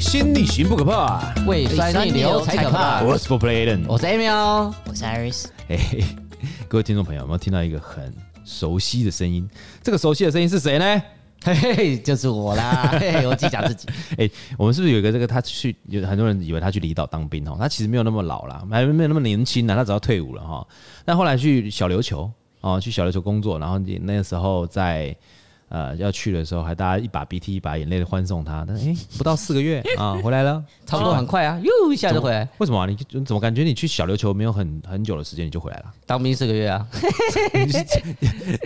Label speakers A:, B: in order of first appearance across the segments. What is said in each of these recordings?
A: 行不可怕
B: 胃酸逆流才可怕。
A: ，What's for playing？
B: 我是哦 a m i
C: 我是 Iris，
A: 哎，嘿各位听众朋友，有没有听到一个很熟悉的声音？这个熟悉的声音是 谁呢？
B: 嘿嘿，就是我啦。嘿嘿，我自己讲自己。
A: 哎、我们是不是有一个这个他去有很多人以为他去离岛当兵哦，他其实没有那么老啦，还没有那么年轻啊啦，他只要退伍了哈。那后来去小琉球哦，去小琉球工作，然后你那个时候在呃要去的时候，还大家一把鼻涕一把眼泪的欢送他，但哎、不到四个 月啊回来了，
B: 差不多很快啊，又一下就回来。
A: 为什么啊？你你怎么感觉你去小琉球没有很很久的时间你就回来了？
B: 当兵四个月啊，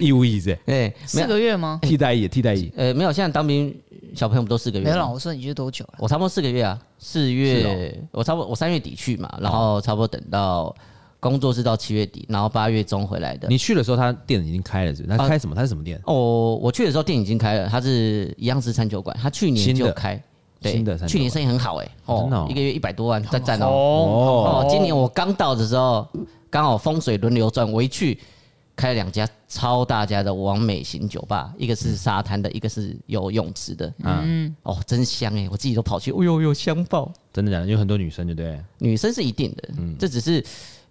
A: 义务役是
B: 哎，没
C: 四
B: 有，
C: 个月吗？
A: 替代役，替代役
B: 呃，没有。现在当兵小朋友不都四个月
C: 没
B: 吗？
C: 有啦，我说你去多久了？
B: 我差不多四个月啊，四月、我差不多我三月底去嘛，然后差不多等到工作是到七月底，然后八月中回来的。
A: 你去的时候，他店已经开了是
B: 啊
A: 不是？他开什么？他是什么店？
B: 哦，我去的时候店已经开了，它是一样是餐酒馆，它去年
A: 新的
B: 就开，对，
A: 新的餐酒馆
B: 去年生意很好哎、
A: 真的哦
B: 一个月一百多万，赞赞哦。
A: 哦
B: 哦，今年我刚到的时候，刚好风水轮流转，我一去开了两家超大家的完美型酒吧，一个是沙滩的，一个是有泳池的，
A: 嗯，
B: 哦，真香哎、我自己都跑去，哎呦呦香爆！
A: 真的假的？有很多女生，对不对？
B: 女生是一定的，
A: 嗯
B: 这只是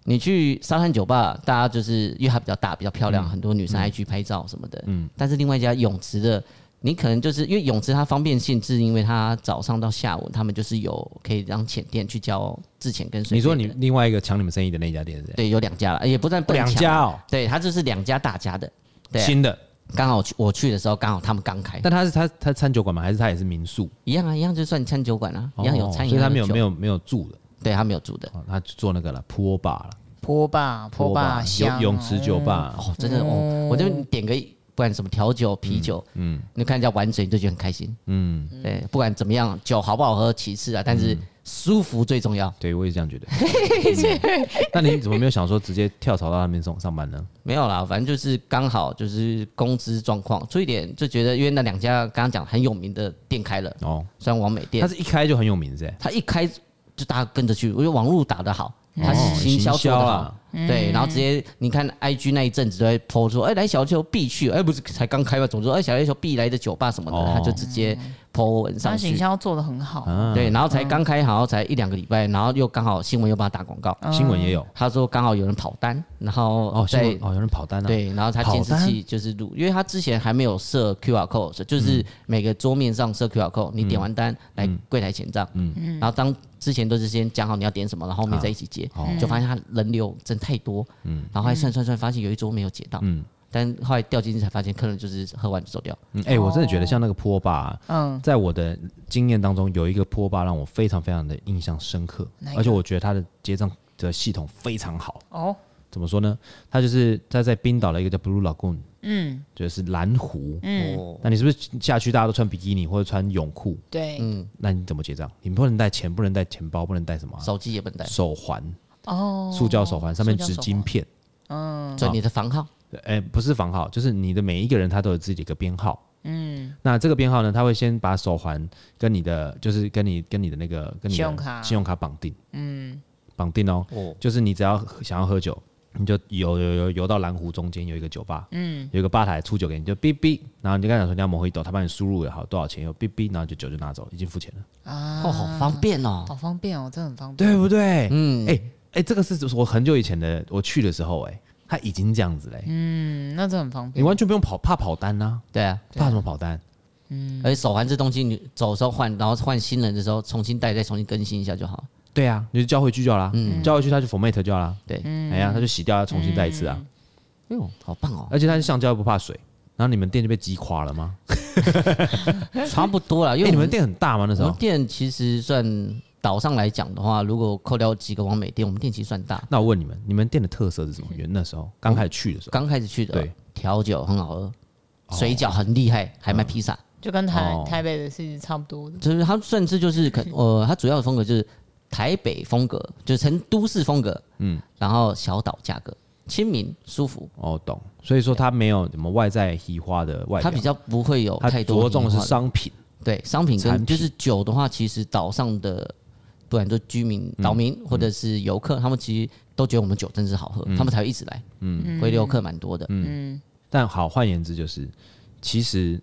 B: 你去沙滩酒吧，大家就是因为它比较大、比较漂
A: 嗯
B: 亮，很多女生爱去拍照什么的。但是另外一家泳池的，你可能就是因为泳池它方便性，是因为它早上到下午，他们就是有可以让浅店去交自潜跟水。
A: 你说你另外一个抢你们生意的那家店是谁？
B: 对有两家了，也不算不能
A: 两
B: 抢
A: 家哦，
B: 对，它就是两家大家的。对啊、
A: 新的，
B: 刚好去我去的时候，刚好他们刚开，
A: 但他是他他餐酒馆吗？还是他也是民宿？
B: 一样啊，一样就算餐酒馆啊，一样有餐
A: 哦
B: 饮，
A: 所以他没有
B: 一样
A: 没
B: 酒，
A: 有没有住的，
B: 对他没有住的。
A: 哦他做那个了坡坝了，
C: 坡坝，坡啊坝
A: 泳
C: 香，
A: 泳池酒吧，
B: 哦，真的哦，我这边点个不管什么调酒、啤酒，嗯，你看人家玩水，你就觉得很开心，嗯，对，不管怎么样，酒好不好喝其次啊，但
A: 嗯
B: 是舒服最重要。
A: 对我也是这样觉 得。嗯那你怎么没有想说直接跳槽到那边上上班呢？
B: 没有啦，反正就是刚好就是工资状况出一点，就觉得因为那两家刚刚讲很有名的店开了，
A: 哦，
B: 虽然王美
A: 他
B: 店，
A: 是一开就很有名噻，
B: 他一开就大家跟着去，因为网络打得好，他
A: 哦
B: 行销
A: 行
B: 做
A: 销
B: 得
A: 啊
B: 好。对，然后直接你看 I G 那一阵子都在 PO 说，哎、来小琉球必去，哎、不是才刚开嘛，总之，哎、小琉球必来的酒吧什么的，
A: 哦
B: 他就直接 PO 文
C: 他
B: 上
C: 行
B: 去。
C: 销做的很好，
A: 啊嗯
B: 对，然后才刚开好像才一两个礼拜，然后又刚好新闻又帮他打广告，
A: 新闻也有
B: 他说刚好有人跑单，然后
A: 哦，新
B: 在
A: 闻哦有人跑单啊，
B: 对，然后他监视器就是录，因为他之前还没有设 QR code，所以就是每个桌面上设 QR code，你点完单来柜台前账，嗯，然后当之前都是先讲好你要点什么，然后后面再一起结，就发现他人流真太多，嗯，然后后来算算算发现有一桌没有结到，嗯，但后来掉进去才发现客人就是喝完就走掉，
A: 嗯哎、我真的觉得像那个坡坝啊、
C: 哦嗯，
A: 在我的经验当中，有一个坡坝让我非常非常的印象深刻
C: 哪一，个
A: 而且我觉得它的结账的系统非常好。
C: 哦，
A: 怎么说呢？它就是它在冰岛的一个叫 Blue Lagoon，嗯，就是蓝湖，嗯，那你是不是下去大家都穿比基尼或者穿泳裤？
C: 对，
A: 那你怎么结账？你不能带钱，不能带钱包，不能带什么啊、
B: 手机也不能带，
A: 手环，
C: 哦，
A: 塑胶手环上面
C: 塑胶
A: 植
C: 手环
A: 金片，
B: 所以你的房号
A: 哎、不是房号，就是你的每一个人他都有自己的一个编号。嗯，那这个编号呢，他会先把手环跟你的，就是跟你跟你的那个跟你的
C: 信用卡
A: 信用卡绑定。嗯，绑定哦，就是你只要喝想要喝酒，你就游游游游到蓝湖中间有一个酒吧，嗯，有一个吧台出酒给你，就哔哔，然后你就跟他讲说你要摩一豆，他帮你输入也好多少钱，有哔哔，然后就酒就拿走，已经付钱了，
B: 哦，好方便哦，
C: 好方便哦，真的很方便，
A: 对不对？嗯，哎、哎、这个是我很久以前的，我去的时候、哎，他已经这样子嘞、
C: 嗯，那真的很方
A: 你
C: 便，
A: 完全不用跑怕跑单呐、
B: 对啊，
A: 怕什么跑单？
B: 而且手环这东西你走的时候换，然后换新人的时候重新带，再重新更新一下就好了。
A: 对啊，嗯你就交回去就好啦，
B: 嗯
A: 交回去他就 format 就好啦，
B: 对，
A: 哎呀，他就洗掉，重新再一次啊，
B: 哎呦，好棒哦，
A: 而且它是橡胶又不怕水，然后你们店就被击垮了吗？
B: 哦差不多了，
A: 因
B: 因
A: 为
B: 为
A: 你
B: 我
A: 们店很大吗？那时
B: 我哎们
A: 候？
B: 店其实算岛上来讲的话，如果扣掉几个完美店，我们店其实算大。
A: 那我问你们，你们店的特色是什么？原那时候刚开始去的时候，
B: 刚开始去的
A: 对
B: 调酒很好喝，水饺很厉害，还卖披萨，
C: 就跟
A: 哦
C: 台台北的是差不多的，
B: 就是它甚至就是 可呃，它主要的风格就是台北风格，就是成都市风格，嗯，然后小岛价格亲民舒服，
A: 哦，懂。所以说它没有什么外在移花的外
B: 它
A: 表，
B: 比较不会有
A: 它
B: 太多
A: 着重的
B: 变
A: 是
B: 化的
A: 商品，
B: 对，商品
A: 产
B: 跟
A: 品
B: 就是酒的话，其实岛上的不然就居民、岛民或者是游客，他们其实都觉得我们酒真是好喝，他们才会一直来。嗯，回流客蛮多的。嗯，
A: 但好，换言之就是，其实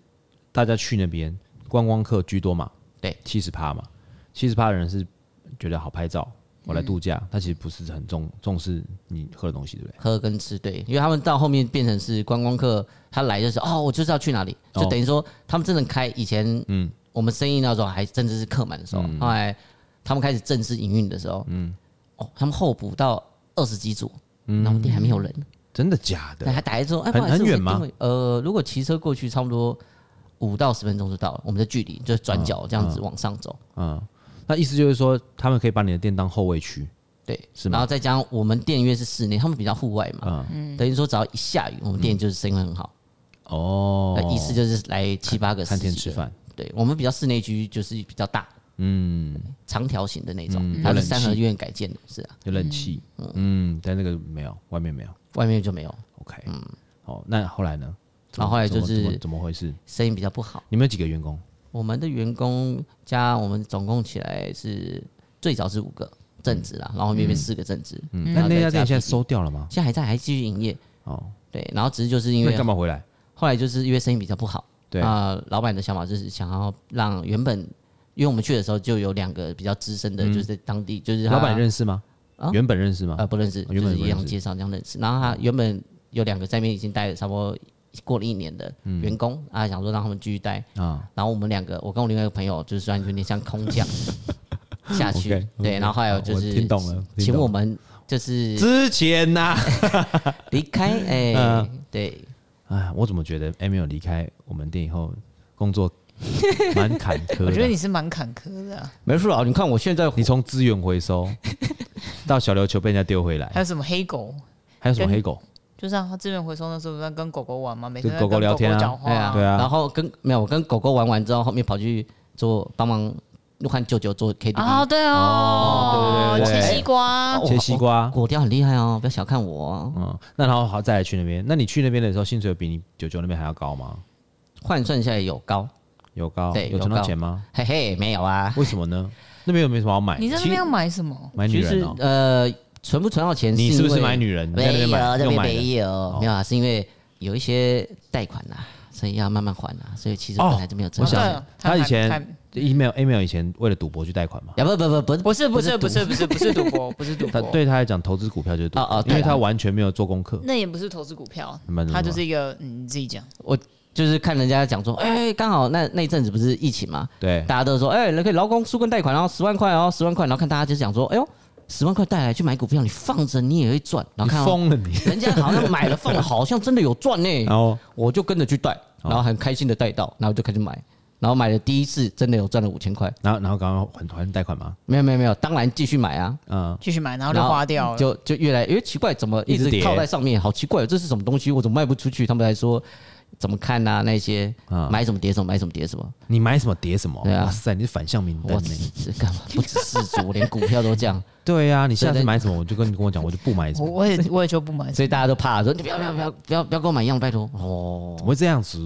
A: 大家去那边观光客居多嘛，
B: 对，
A: 七十趴嘛。七十趴的人是觉得好拍照，我来
B: 嗯
A: 度假，他其实不是很重重视你喝的东西，对不对？
B: 喝跟吃，对，因为他们到后面变成是观光客，他来就是哦，我就是要去哪里，
A: 哦
B: 就等于说他们真正开以前，嗯，我们生意那时候还真的是客满的时候，后来他们开始正式营运的时候，嗯，哦，他们候补到二十几组，那我们店还没有人，
A: 真的假
B: 对，
A: 的？
B: 还打来说，哎，
A: 很
B: 不好意思
A: 很远？
B: 我
A: 吗
B: 定位呃，如果骑车过去，差不多五到十分钟就到了，我们的距离就是转
A: 啊
B: 角这样子往上走，
A: 嗯，那意思就是说，他们可以把你的店当后卫区，
B: 对，
A: 是吗啊
B: 然后再加上我们店因为是室内，他们比较户外嘛，等于说只要一下雨，我们店就是生意会很好。
A: 哦
B: 那意思就是嗯来七八个
A: 看天
B: 十几
A: 吃
B: 个。
A: 饭，
B: 对我们比较室内区就是比较大，嗯，长条形的那种，
A: 嗯有
B: 它是
A: 冷
B: 三合
A: 气
B: 院改建的，是啊，
A: 有冷气，嗯，但那个没有，外面没有
B: 外面就没有，
A: ，OK，哦，那后来呢？怎么
B: 嗯然后后来就
A: 怎么怎么
B: 是
A: 怎么回事？
B: 生意比较不好。
A: 你们有几个员工？
B: 我们的员工加我们总共起来是最早是五个正职啦，然后后面变四个正职，
A: 嗯，
B: 然
A: 那
B: 后
A: 那
B: 再
A: 家
B: 加
A: 店现在
B: PP
A: 收掉了吗？
B: 现在还在还继续营业，
A: 哦，
B: 对，然后只是就是因
A: 那
B: 为
A: 你干嘛回来？
B: 后来就是因为生意比较不好，
A: 对
B: 啊、老板的想法就是想要让原本。因为我们去的时候就有两个比较资深的，就是在当地，就是他
A: 嗯老板认识吗
B: 啊？
A: 原本认识吗？
B: 呃，不认识，
A: 哦原
B: 就
A: 本
B: 是
A: 不
B: 一
A: 认
B: 样
A: 识
B: 介绍这样认识。然后他原本有两个在那边已经待了差不多过了一年的
A: 嗯
B: 员工，啊，想说让他们继续待。
A: 啊，
B: 然后我们两个，我跟我另外一个朋友，就是算有点像 空降下去
A: OK，OK，
B: 对。然后还有就
A: 我
B: 是
A: 听懂了听
B: 请
A: 懂
B: 我
A: 了
B: 们就是
A: 之前呐，
B: 离开，哎、
A: 呃
B: 对，
A: 哎，我怎么觉得 Emil 离开我们店以后，工作蛮坎坷
C: 我觉得
A: 的？
C: 你是蛮坎坷的啊、
B: 没事啊，你看我现在
A: 你从资源回收到小琉球被人家丢回来
C: 还，有什么黑狗？
A: 还有什么
C: 跟
A: 黑狗？
C: 就是啊，他资源回收的时候不是跟狗狗玩嘛，每
A: 跟
C: 天
A: 狗狗聊天啊
C: 讲话、
B: 对啊，
A: 对啊
B: 然后跟没有，我跟狗狗玩完之后，后面跑去做帮忙换舅舅做 K D，、
C: 啊，对哦，
A: 哦对对对对哦
C: 切西瓜，
A: 切西瓜。
B: 果雕很厉害哦，不要小看我、哦。
A: 嗯，那然后好再来去那边，那你去那边的时候，薪水有比你九九那边还要高吗？
B: 换算下来有高，
A: 有高，
B: 对
A: 有
B: 有
A: 存到
B: 高
A: 钱吗？
B: 嘿嘿，没有啊。
A: 为什么呢？那边又没什么好买，
C: 你在那边要买什么？
A: 买女
B: 其
A: 人
B: 实
A: 哦。
B: 呃，存不存到钱，
A: 你是不是买女
B: 人？
A: 人？你在那
B: 没有，
A: 边买，
B: 那
A: 又
B: 边
A: 买的
B: 没有，没有啊，是因为有一些贷款呐，所以要慢慢还啊，所以其实
A: 哦
B: 本来就没有
A: 我
B: 存到
A: 想
B: 钱。
C: 对
A: 他以前
C: 还还
A: email email 以前为了赌博去贷款嘛，
B: 啊不不不不
C: 不是不是不
B: 赌
C: 是不是不是赌博，不是赌
A: 他
C: 博，
A: 对他来讲投资股票就是赌博，
B: 哦哦对
A: 因为
B: 啦
A: 他完全没有做功课。
C: 那也不是投资股票
A: 那么，
C: 它就是一个嗯，你自己讲，
B: 就是看人家讲说，哎，刚好那那一阵子不是疫情嘛，
A: 对，
B: 大家都说，哎，可以劳工纾困贷款，然后十万块，然后十万块，然后看大家就讲说，哎呦，十万块带来去买股票，你放着你也会赚，然
A: 你
B: 后看哦到
A: 疯哦了你。
B: 人家好像买了放了，好像真的有 赚呢。
A: 然后
B: 我就跟着去带，然后很开心的带到，然后就开始买，然后买了第一次真的有赚了五千块，
A: 然后然后刚刚还还贷款嘛，
B: 没有没有没有，当然继续买啊，
A: 嗯，
C: 继续买，然后就花掉了。
B: 就就越来越奇怪，怎么一
A: 一直
B: 直
A: 跌
B: 套在上面，好奇怪，哦这是什么东西？我怎么卖不出去？他们还说怎么看啊那些
A: 嗯，
B: 买什么跌什么，买什么跌什么，
A: 你买什么叠什么，
B: 对啊
A: 哇塞，你是反向名单
B: 我
A: 呢。
B: 这干嘛？ 不止四足，我连股票都 这样，
A: 对啊，你下
B: 所以
A: 次
B: 在
A: 买什么，我就跟你跟我讲，我就不买什
C: 我
A: 么，
C: 我也我也就不买，
B: 所以大家都怕说你不要不要不要不要不要跟我买一样，拜托哦
A: 怎。么会这样子？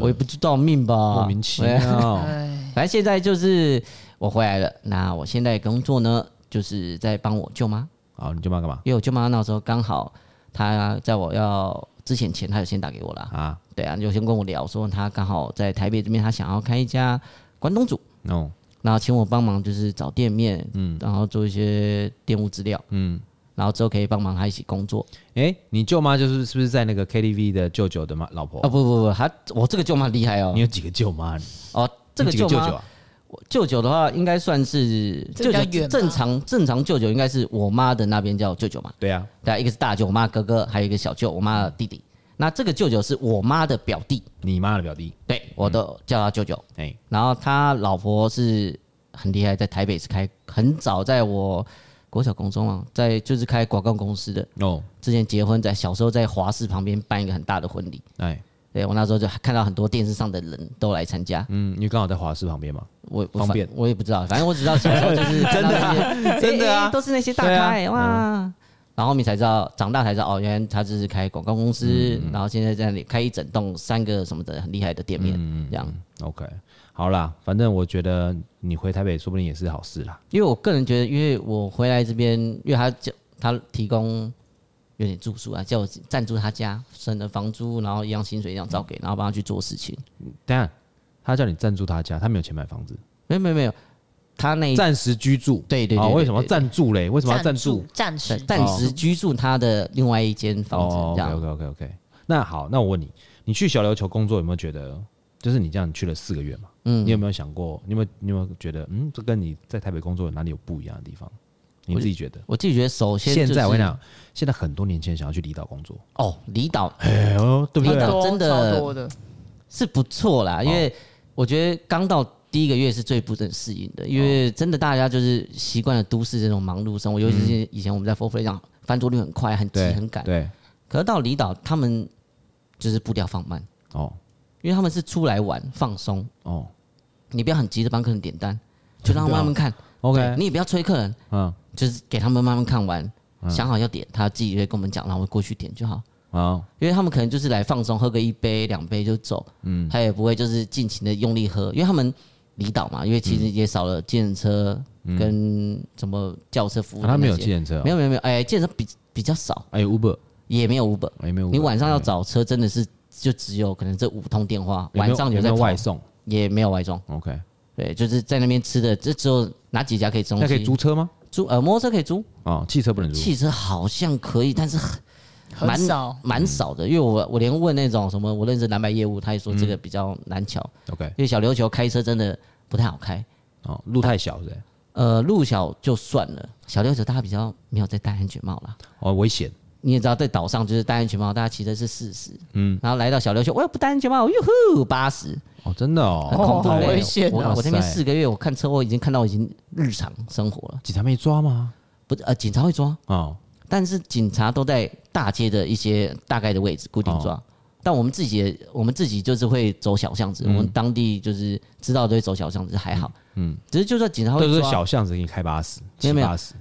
B: 我也不知道命吧，
A: 莫名其
B: 对
A: 妙。
C: 哎，
B: 反正现在就是我回来了，那我现在工作呢，就是在帮我舅妈，
A: 好，你舅妈干嘛
B: 因为我舅妈那时候刚好她在我要之前前，她有先打给我啦，
A: 啊？
B: 对啊，有先跟我聊说她刚好在台北这边，她想要开一家关东煮，
A: 哦，
B: 然后请我帮忙就是找店面，嗯，然后做一些店务资料，嗯，然后之后可以帮忙她一起工作。
A: 哎，你舅妈就是是不是在那个 KTV 的舅舅的妈老
B: 啊
A: 婆？
B: 不不不，她我这个舅妈厉害哦
A: 你，有几个舅妈？
B: 哦这
A: 你
B: 个
A: 几个
B: 舅
A: 舅
B: 妈
A: 舅啊？
B: 我舅舅的话，应该算是舅
C: 这比较
B: 舅
C: 远吧
B: 正常正常舅舅应该是我妈的那边叫舅舅嘛，
A: 对啊，
B: 对啊，一个是大舅，我妈的哥哥，还有一个小舅，我妈的弟弟。那这个舅舅是我妈的表弟，
A: 你妈的表弟。
B: 对我都叫他舅舅。
A: 哎，
B: 然后他老婆是很厉害，在台北是开很早，在我国小工中啊，在就是开广告公司的。
A: 哦，
B: 之前结婚在小时候在华视旁边办一个很大的婚礼，
A: 哎，
B: 对我那时候就看到很多电视上的人都来参加。
A: 嗯，你刚好在华师旁边 嘛。
B: 我我
A: 方
B: 反
A: 便
B: 我也不知道，反正我只知道小时候就是 真的、
A: 真的啊嗯
B: 都是那些大咖、欸哇。然后后面才知道，长大才知道哦，原来他就是开广告公司，
A: 嗯
B: 然后现在在那里开一整栋三个什么的很厉害的店
A: 嗯
B: 面，这样。
A: OK，好啦，反正我觉得你回台北说不定也是好事啦。
B: 因为我个人觉得，因为我回来这边，因为他叫他提供有点住宿啊，叫我赞助他家省了房租，然后一样薪水一样照给，然后帮他去做事情。
A: 等一下他叫你赞助他家，他没有钱买房子，
B: 没有没有没有，他那一
A: 暂时居住，
B: 哎对对对
A: 啊，
B: 对
A: 为什么要
B: 对对
A: 暂住嘞？为什么要
C: 暂
A: 暂住？哦
C: 暂时
B: 暂时居住他的另外一间房子这
A: OK
B: 样。
A: OK OK OK。那好，那我问你，你去小琉球工作有没有觉得，就是你这样去了四个月嘛？嗯，你有没有想过，你有没有你有没有觉得，嗯，这跟你在台北工作有哪里有不一样的地方？你自己觉得？
B: 我自己觉得，首先
A: 现
B: 就是
A: 在我跟你讲，现在很多年轻人想要去离岛工 作，
B: 哦，离岛
A: 哎呦，对不
B: 离
A: 对？
B: 岛
C: 多
B: 真的
C: 超多的，
B: 是不错
A: 哦
B: 啦，因为我觉得刚到第一个月是最不能适应
A: 哦
B: 的，因为真的大家就是习惯了都市这种忙碌生活，尤其是以前我们在 f o r f r e 上翻桌率很快、很急、
A: 嗯对，
B: 很赶。
A: 对，
B: 可是到离岛，他们就是步调放慢，
A: 哦
B: 因为他们是出来玩放松，
A: 哦
B: 你不要很急着帮客人点单，就让他
A: 真的哦
B: 慢 慢看。对
A: ，OK，
B: 你也不要催客人，
A: 嗯，
B: 就是给他们慢慢看完，想好要点，他自己会跟我们讲，然后我们过去点就好。
A: 好，
B: 因为他们可能就是来放松，喝个一杯两杯就走，嗯，他也不会就是尽情的用力喝，因为他们离岛嘛，因为其实也少了计程车跟什么轿车服务、
A: 嗯啊他没有计，程车哦，
B: 没有没有没有，哎，计程车比比较少，
A: 哎，Uber，
B: 也没有 Uber，
A: 哎，没有 Uber，
B: 你晚上要找车真的是就只有可能这五通电话，
A: 有没有
B: 晚上
A: 有没
B: 在
A: 有
B: 跑
A: 外送
B: 也没有外装，
A: ？OK，
B: 对，就是在那边吃的，这只有哪几家可以吃东西？
A: 那可以租车吗？
B: 租呃摩托车可以租，
A: 哦，汽车不能租，
B: 汽车好像可以，但是很
C: 很少。
B: 蛮少的，因为我我连问那种什么我认识蓝白业务，他也说这个比较难瞧，
A: OK，
B: 因为小琉球开车真的不太好开。
A: 哦，路太小是不是？
B: 呃，路小就算了，小琉球大家比较没有在戴安全帽啦。
A: 哦，危险，
B: 你也知道，在岛上就是戴安全帽，大家骑的是四十，嗯，然后来到小琉球，我又不戴安全帽，哟呼，八十，
A: 哦，真的哦，
B: 很恐怖、
C: 好
B: 欸
C: 危险哦
B: 我
A: 啊
B: 我那边
A: 哇塞
B: 四个月，我看车祸已经看到已经日常生活了，
A: 警察没抓吗？
B: 不呃，警察会抓，
A: 哦，
B: 但是警察都在大街的一些大概的位置固定抓。
A: 哦
B: 但我们自己也，我们自己就是会走小巷
A: 嗯
B: 子，我们当地就是知道都会走小巷子，还好。嗯，只是就算警察会
A: 都是
B: 抓，
A: 小巷子给你开八十，
B: 没
A: 七
B: 有没有
A: 八十，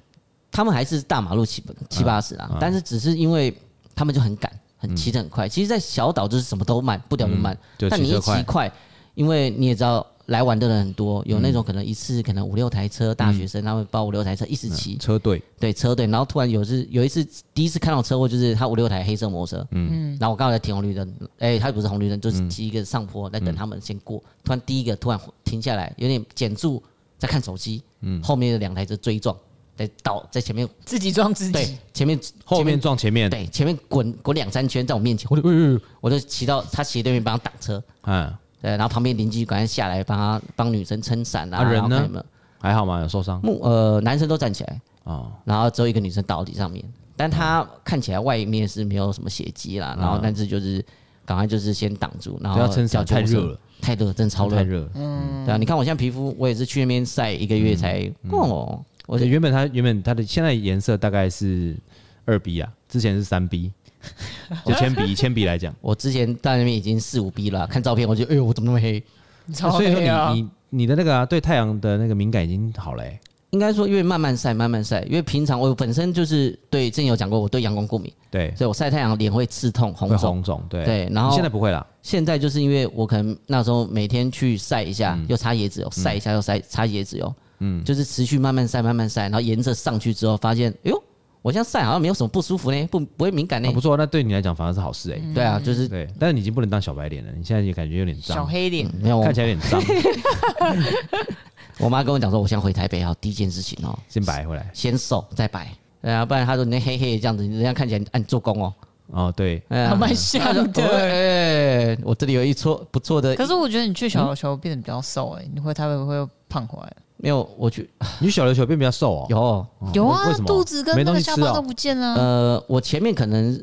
B: 他们还是大马路七
A: 嗯
B: 七八十啦。但是只是因为他们就很赶，很骑得很快。其实，在小岛就是什么都慢，步调就慢。
A: 嗯就
B: 但
A: 骑
B: 你一
A: 车
B: 骑
A: 快，
B: 快，因为你也知道来玩的人很多，有那种
A: 嗯
B: 可能一次可能五六台车，大学生他们包五六台车一起骑，
A: 车队
B: 对车队，然后突然有是有一次第一次看到车祸，就是他五六台黑色摩托车，嗯，然后我刚好在停红绿灯，哎、他不是红绿灯，
A: 嗯
B: 就是骑一个上坡在等他们先过，突然第一个突然停下来，有点减速在看手机，嗯，后面的两台车追撞，在倒在前面，
C: 自己撞自
B: 对
C: 己，
B: 前面
A: 哎后面撞前面，
B: 对前面滚滚两三圈在我面前，我就、呃我就骑到他骑对面帮他挡车，
A: 嗯，
B: 对，然后旁边邻居赶快下来帮他帮女生撑伞啊，
A: 啊人
B: 然后
A: 呢
B: 看有没有？
A: 还好吗？有受伤
B: 木呃男生都站起来。
A: 哦，
B: 然后只有一个女生倒地上面，但她看起来外面是没有什么血迹啦，然后但是就是赶快就是先挡住，然
A: 嗯不
B: 后
A: 要撑伞
B: 叫救护
A: 太
B: 车
A: 热了，
B: 太热，真的超热，
A: 太热了。
C: 嗯
B: 对啊，你看我现在皮肤，我也是去那边晒一个月才
A: 嗯
B: 哦，我
A: 而且
B: 就
A: 原本它原本它的现在颜色大概是二 B 啊，之前是三 B，就铅笔以铅笔来讲，
B: 我之前在那边已经四五 B 了，看照片我就哎呦我怎么那么黑？
C: 超
A: 所以
C: 黑啊
A: 说！你你你的那个啊，对太阳的那个敏感已经好了欸，
B: 应该说因为慢慢晒慢慢晒，因为平常我本身就是对之前有讲过我对阳光过敏，
A: 对，
B: 所以我晒太阳脸会刺痛
A: 会
B: 红肿。
A: 红肿，对
B: 对然后
A: 你现在不会啦，
B: 现在就是因为我可能那时候每天去晒一下，
A: 嗯
B: 又擦椰子油，晒一下又晒擦椰子油，嗯，就是持续慢慢晒，慢慢晒，然后沿着上去之后，发现，哎呦，我现在晒好像没有什么不舒服呢，不不会敏感呢
A: 啊，不错，那对你来讲反而是好事哎，
B: 对啊，就是
A: 对，但是你已经不能当小白脸了，你现在也感觉有点
C: 小
A: 脏，
C: 黑脸，
B: 没有。我
A: 看起来有点
B: 哦
A: 脏，
B: 我妈跟我讲说，我现在回台北要第一件事情哦，
A: 先白回来。
B: 先瘦再白，对啊，不然她说你那黑黑的这样子，人家看起来按做工哦，
A: 哦，对，
B: 哎呀
C: 还蛮
B: 她说
C: 像
B: 我
C: 的。
B: 哎，我这里有一撮不错的，
C: 可是我觉得你去小琉球变得比较瘦哎，你回台北会胖回来？
B: 没有，我去
A: 你小琉球变比较瘦哦，
B: 有
A: 哦
C: 有啊
A: 为什，么
C: 肚子跟那个下巴
A: 没东西
C: 都
A: 吃哦
C: 不见了。
B: 呃，我前面可能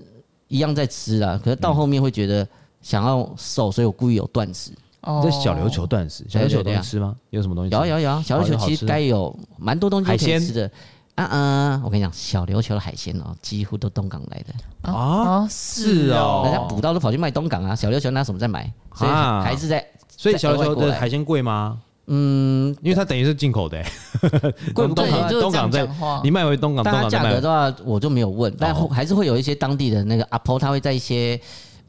B: 一样在吃啦，可是到后面会觉得想要瘦，所以我故意有断食。
C: 哦
A: 你在小琉球断食，小琉球有东西吃吗？有什么东西吃？
B: 有啊有啊有啊，小琉球
A: 好
B: 其
A: 吃
B: 实
A: 啊
B: 该有蛮多东西
A: 嗯海
B: 可以
A: 鲜
B: 吃的。啊啊！我跟你讲，小琉球的海鲜哦，几乎都东港来的，
A: 啊，
C: 哦，
A: 是哦
B: 人家捕到都跑去卖东港啊。小琉球拿什么在买？所以
A: 啊
B: 还是在
A: 所以小琉
B: 在
A: 球
B: 外国欸
A: 的
B: 来
A: 海鲜贵吗？嗯，因为它等于是进口的欸，
B: 贵 不
A: 东
B: 贵
C: 对，
A: 港
C: 就是
A: 东
C: 这
A: 港
C: 样
A: 在
C: 讲
B: 哦
C: 话
A: 你。卖回东港，东
B: 但它
A: 港再
B: 价
A: 卖
B: 格
A: 回。
B: 的话，我就没有问，但
A: 哦
B: 还是会有一些当地的那个阿婆，他会在一些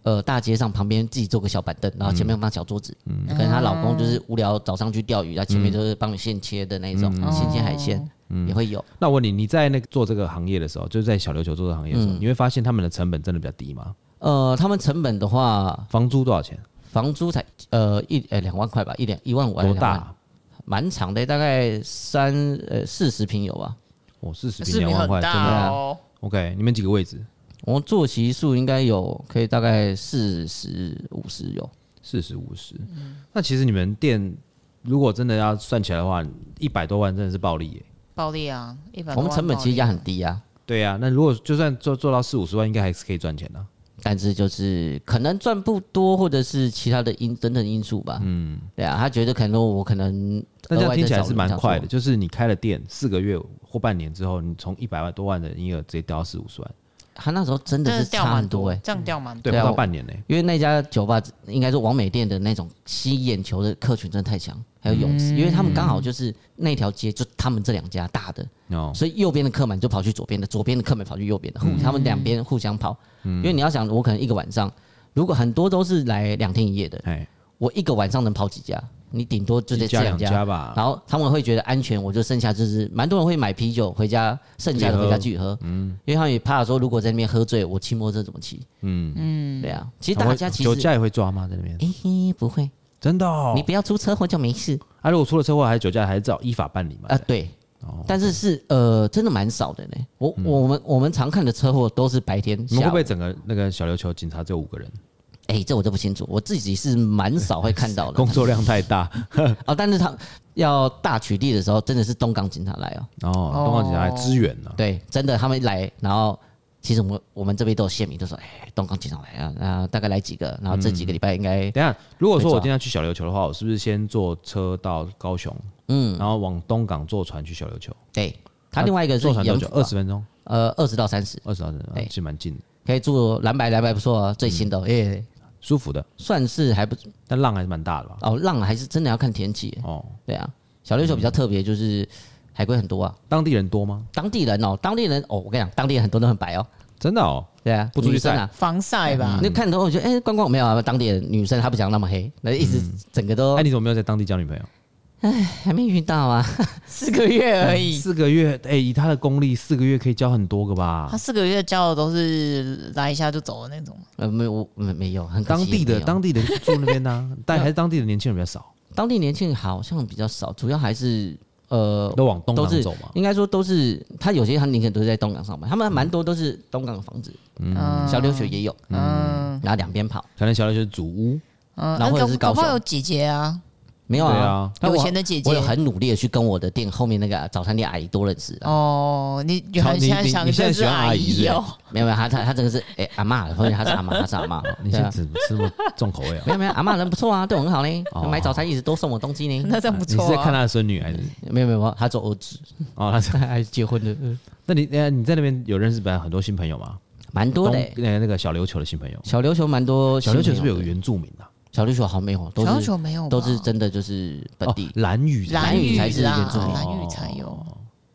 B: 呃大街上旁边自己做个小板凳，然后前
A: 嗯
B: 面放小桌子，可能她老公就是无聊早上去钓鱼，然后前
A: 嗯
B: 面就是帮你现切的那种现切海
A: 哦
B: 鲜也会有。
A: 那我问你，你在那个做这个行业的时候，就是在小琉球做这个行业的时候，你会发现他们的成本真的比较低吗？
B: 呃，他们成本的话，
A: 房租多少钱？
B: 房租才呃一呃两万块吧，一两一万五还是
A: 多
B: 两万？
A: 大？
B: 蛮长的，大概三呃四十平有吧。
A: 我哦四十平
C: 视
A: 两
C: 频
A: 万
C: 很
A: 块，真的啊
C: 大哦，
A: OK，你们几个位置？
B: 我坐席数应该有可以大概四十五十有，
A: 四十五十。那其实你们店如果真的要算起来的话，一百多万真的是暴利耶。
C: 暴利啊，一百。
B: 我们成本其实压很低啊，
A: 对呀、那如果就算做做到四五十万，应该还是可以赚钱的、
B: 但是就是可能赚不多，或者是其他的因等等因素吧。嗯，对啊，他觉得可能我可能
A: 但这样
B: 额外
A: 听
B: 再
A: 起来
B: 找
A: 是
B: 人
A: 蛮
B: 这样
A: 快
B: 做
A: 的，就是你开了店四个月或半年之后，你从一百万多万的营业额直接掉到四五十万，
B: 他那时候真
C: 真
B: 的
C: 的
B: 是
C: 掉
B: 差
C: 蛮
B: 很多哎、
C: 这样掉蛮多
A: 欸对，
B: 对
A: 不
B: 啊
A: 到
B: 我
A: 半年呢、
B: 因为那家酒吧应该说王美店的那种吸眼球的客群真的太强，还有泳
A: 嗯
B: 池，因为他们刚好就是那条街就他们这两家大的，
A: 哦，嗯
B: 所以右边的客满就跑去左边的，左边的客满跑去右边的，互他们两边互相跑。因为你要想，我可能一个晚上，如果很多都是来两天一夜的，
A: 哎，
B: 我一个晚上能跑几家？你顶多就
A: 一
B: 得这
A: 家
B: 两
A: 两家吧。
B: 然后他们会觉得安全，我就剩下就是蛮多人会买啤酒回家，剩下的回家继续喝，嗯，因为他们也怕说如果在那边喝醉，我骑摩托车怎么骑？嗯嗯，对啊，其实
A: 然后
B: 大家其
A: 酒
B: 实
A: 驾也会抓吗？在那边
B: 嘿嘿不会，
A: 真的哦
B: 你。不要出车祸就没事
A: 啊，如果出了车祸还是酒驾，还是照依法办理嘛
B: 啊。。对，
A: 哦
B: 但是是呃，真的蛮少的呢。我我们我们常看的车祸都是白天
A: 嗯你们会
B: 下
A: 不
B: 午
A: 会，整个那个小琉球警察只有五个 人？
B: 哎，这我就不清楚，我自己是蛮少会看到的
A: 工作量太大
B: 哦。但是他要大取缔的时候，真的是东港警察来哦，
A: 哦，东港警察来支援呢、
B: 对，真的他们来，然后其实我们我们这边都有县民都说，哎，东港警察来啊，那大概来几个，然后这几个礼拜应该
A: 等一下，如果说我
B: 没错
A: 今天要去小琉球的话，我是不是先坐车到高雄，嗯，然后往东港坐船去小琉球？
B: 对。他另外一个是
A: 坐船嗯多
B: 盐
A: 久？
B: 釜
A: 二
B: 吧
A: 十分钟，
B: 呃二十到三十，
A: 二十二十，啊
B: 对
A: 其实蛮近的，
B: 可以住蓝白蓝白不错啊，最新的哦耶，
A: 舒服的，
B: 算是还不
A: 但浪还是蛮大的吧？
B: 哦，浪还是真的要看天气。
A: 哦，
B: 对啊，小琉球比较特别，就是海龟很多啊，
A: 当地人多吗？
B: 当地人哦，当地人哦，我跟你讲，当地人很多都很白哦，
A: 真的哦，
B: 对啊，
A: 不出去嗯
B: 女生啊。
C: 防晒吧
B: 你，看头，我觉得哎，观光没有啊，当地人女生她不讲那么黑，那一直整个都
A: 哎，你怎么没有在当地交女朋友？
B: 还没遇到啊。
C: 四个月而已。
A: 四个月，哎，以他的功力，四个月可以交很多个吧
C: 他？四个月交的都是来一下就走的那种，
B: 呃，没有，我没没有，很可
A: 当
B: 惜
A: 地的
B: 没有
A: 当地的住那边的 啊，但还是当地的年轻人比较少，
B: 当地年轻人好像比较少，主要还是呃，
A: 都往东
B: 都
A: 港
B: 是
A: 走嘛。嗯
B: 应该说都是他有些他宁可都是在东港上班，他们蛮多都是东港的房子，
C: 嗯，
B: 小琉球也有，嗯，然后两边跑，
A: 可能小琉球是祖屋，
C: 嗯，
B: 然后或者
C: 搞
B: 是
C: 搞
B: 高
C: 不好
B: 雄
C: 有姐姐啊，
B: 没有
A: 对
B: 啊
A: 啊，
B: 但我
C: 有钱的姐姐
B: 我有很努力的去跟我的店后面那个早餐店阿姨多认识啊。
C: 哦，你原
A: 好
C: 来
A: 你
C: 现在
A: 你
C: 想
A: 你现在
C: 的是
A: 喜欢阿姨
C: 姨
A: 是不
C: 哦，
B: 没有没有，她她她这个是哎、阿妈，后面她 是阿妈，她是阿妈。
A: 你
B: 对
A: 现在
B: 啊
A: 怎么这么重口味啊
B: 没？有没有，阿妈人不错啊，对我很好呢
A: 哦，
B: 买早餐一直多送我东西呢。
C: 那这样不
A: 你是
C: 错
A: 在看
C: 啊。
A: 他的孙女还是？
B: 没有没有没有，她做儿子，
A: 哦，他是。
B: 还是结婚的，嗯
A: 那你那你在那边有认识本来很多新朋友吗？
B: 蛮多的、
A: 东那那个小琉球的新朋友，
B: 小琉球蛮多
A: 小
B: 新
A: 琉球
B: 朋友的，
A: 是不是有个原住民啊？
B: 小琉球好像没有，都
C: 小琉
B: 是
C: 球哦没有吧，
B: 都是真的就是本地。啊
A: 哦蓝雨是吧
C: 蓝
B: 屿
C: 屿
B: 才是
C: 啦
B: 原住民
C: 蓝屿才有。
A: 哦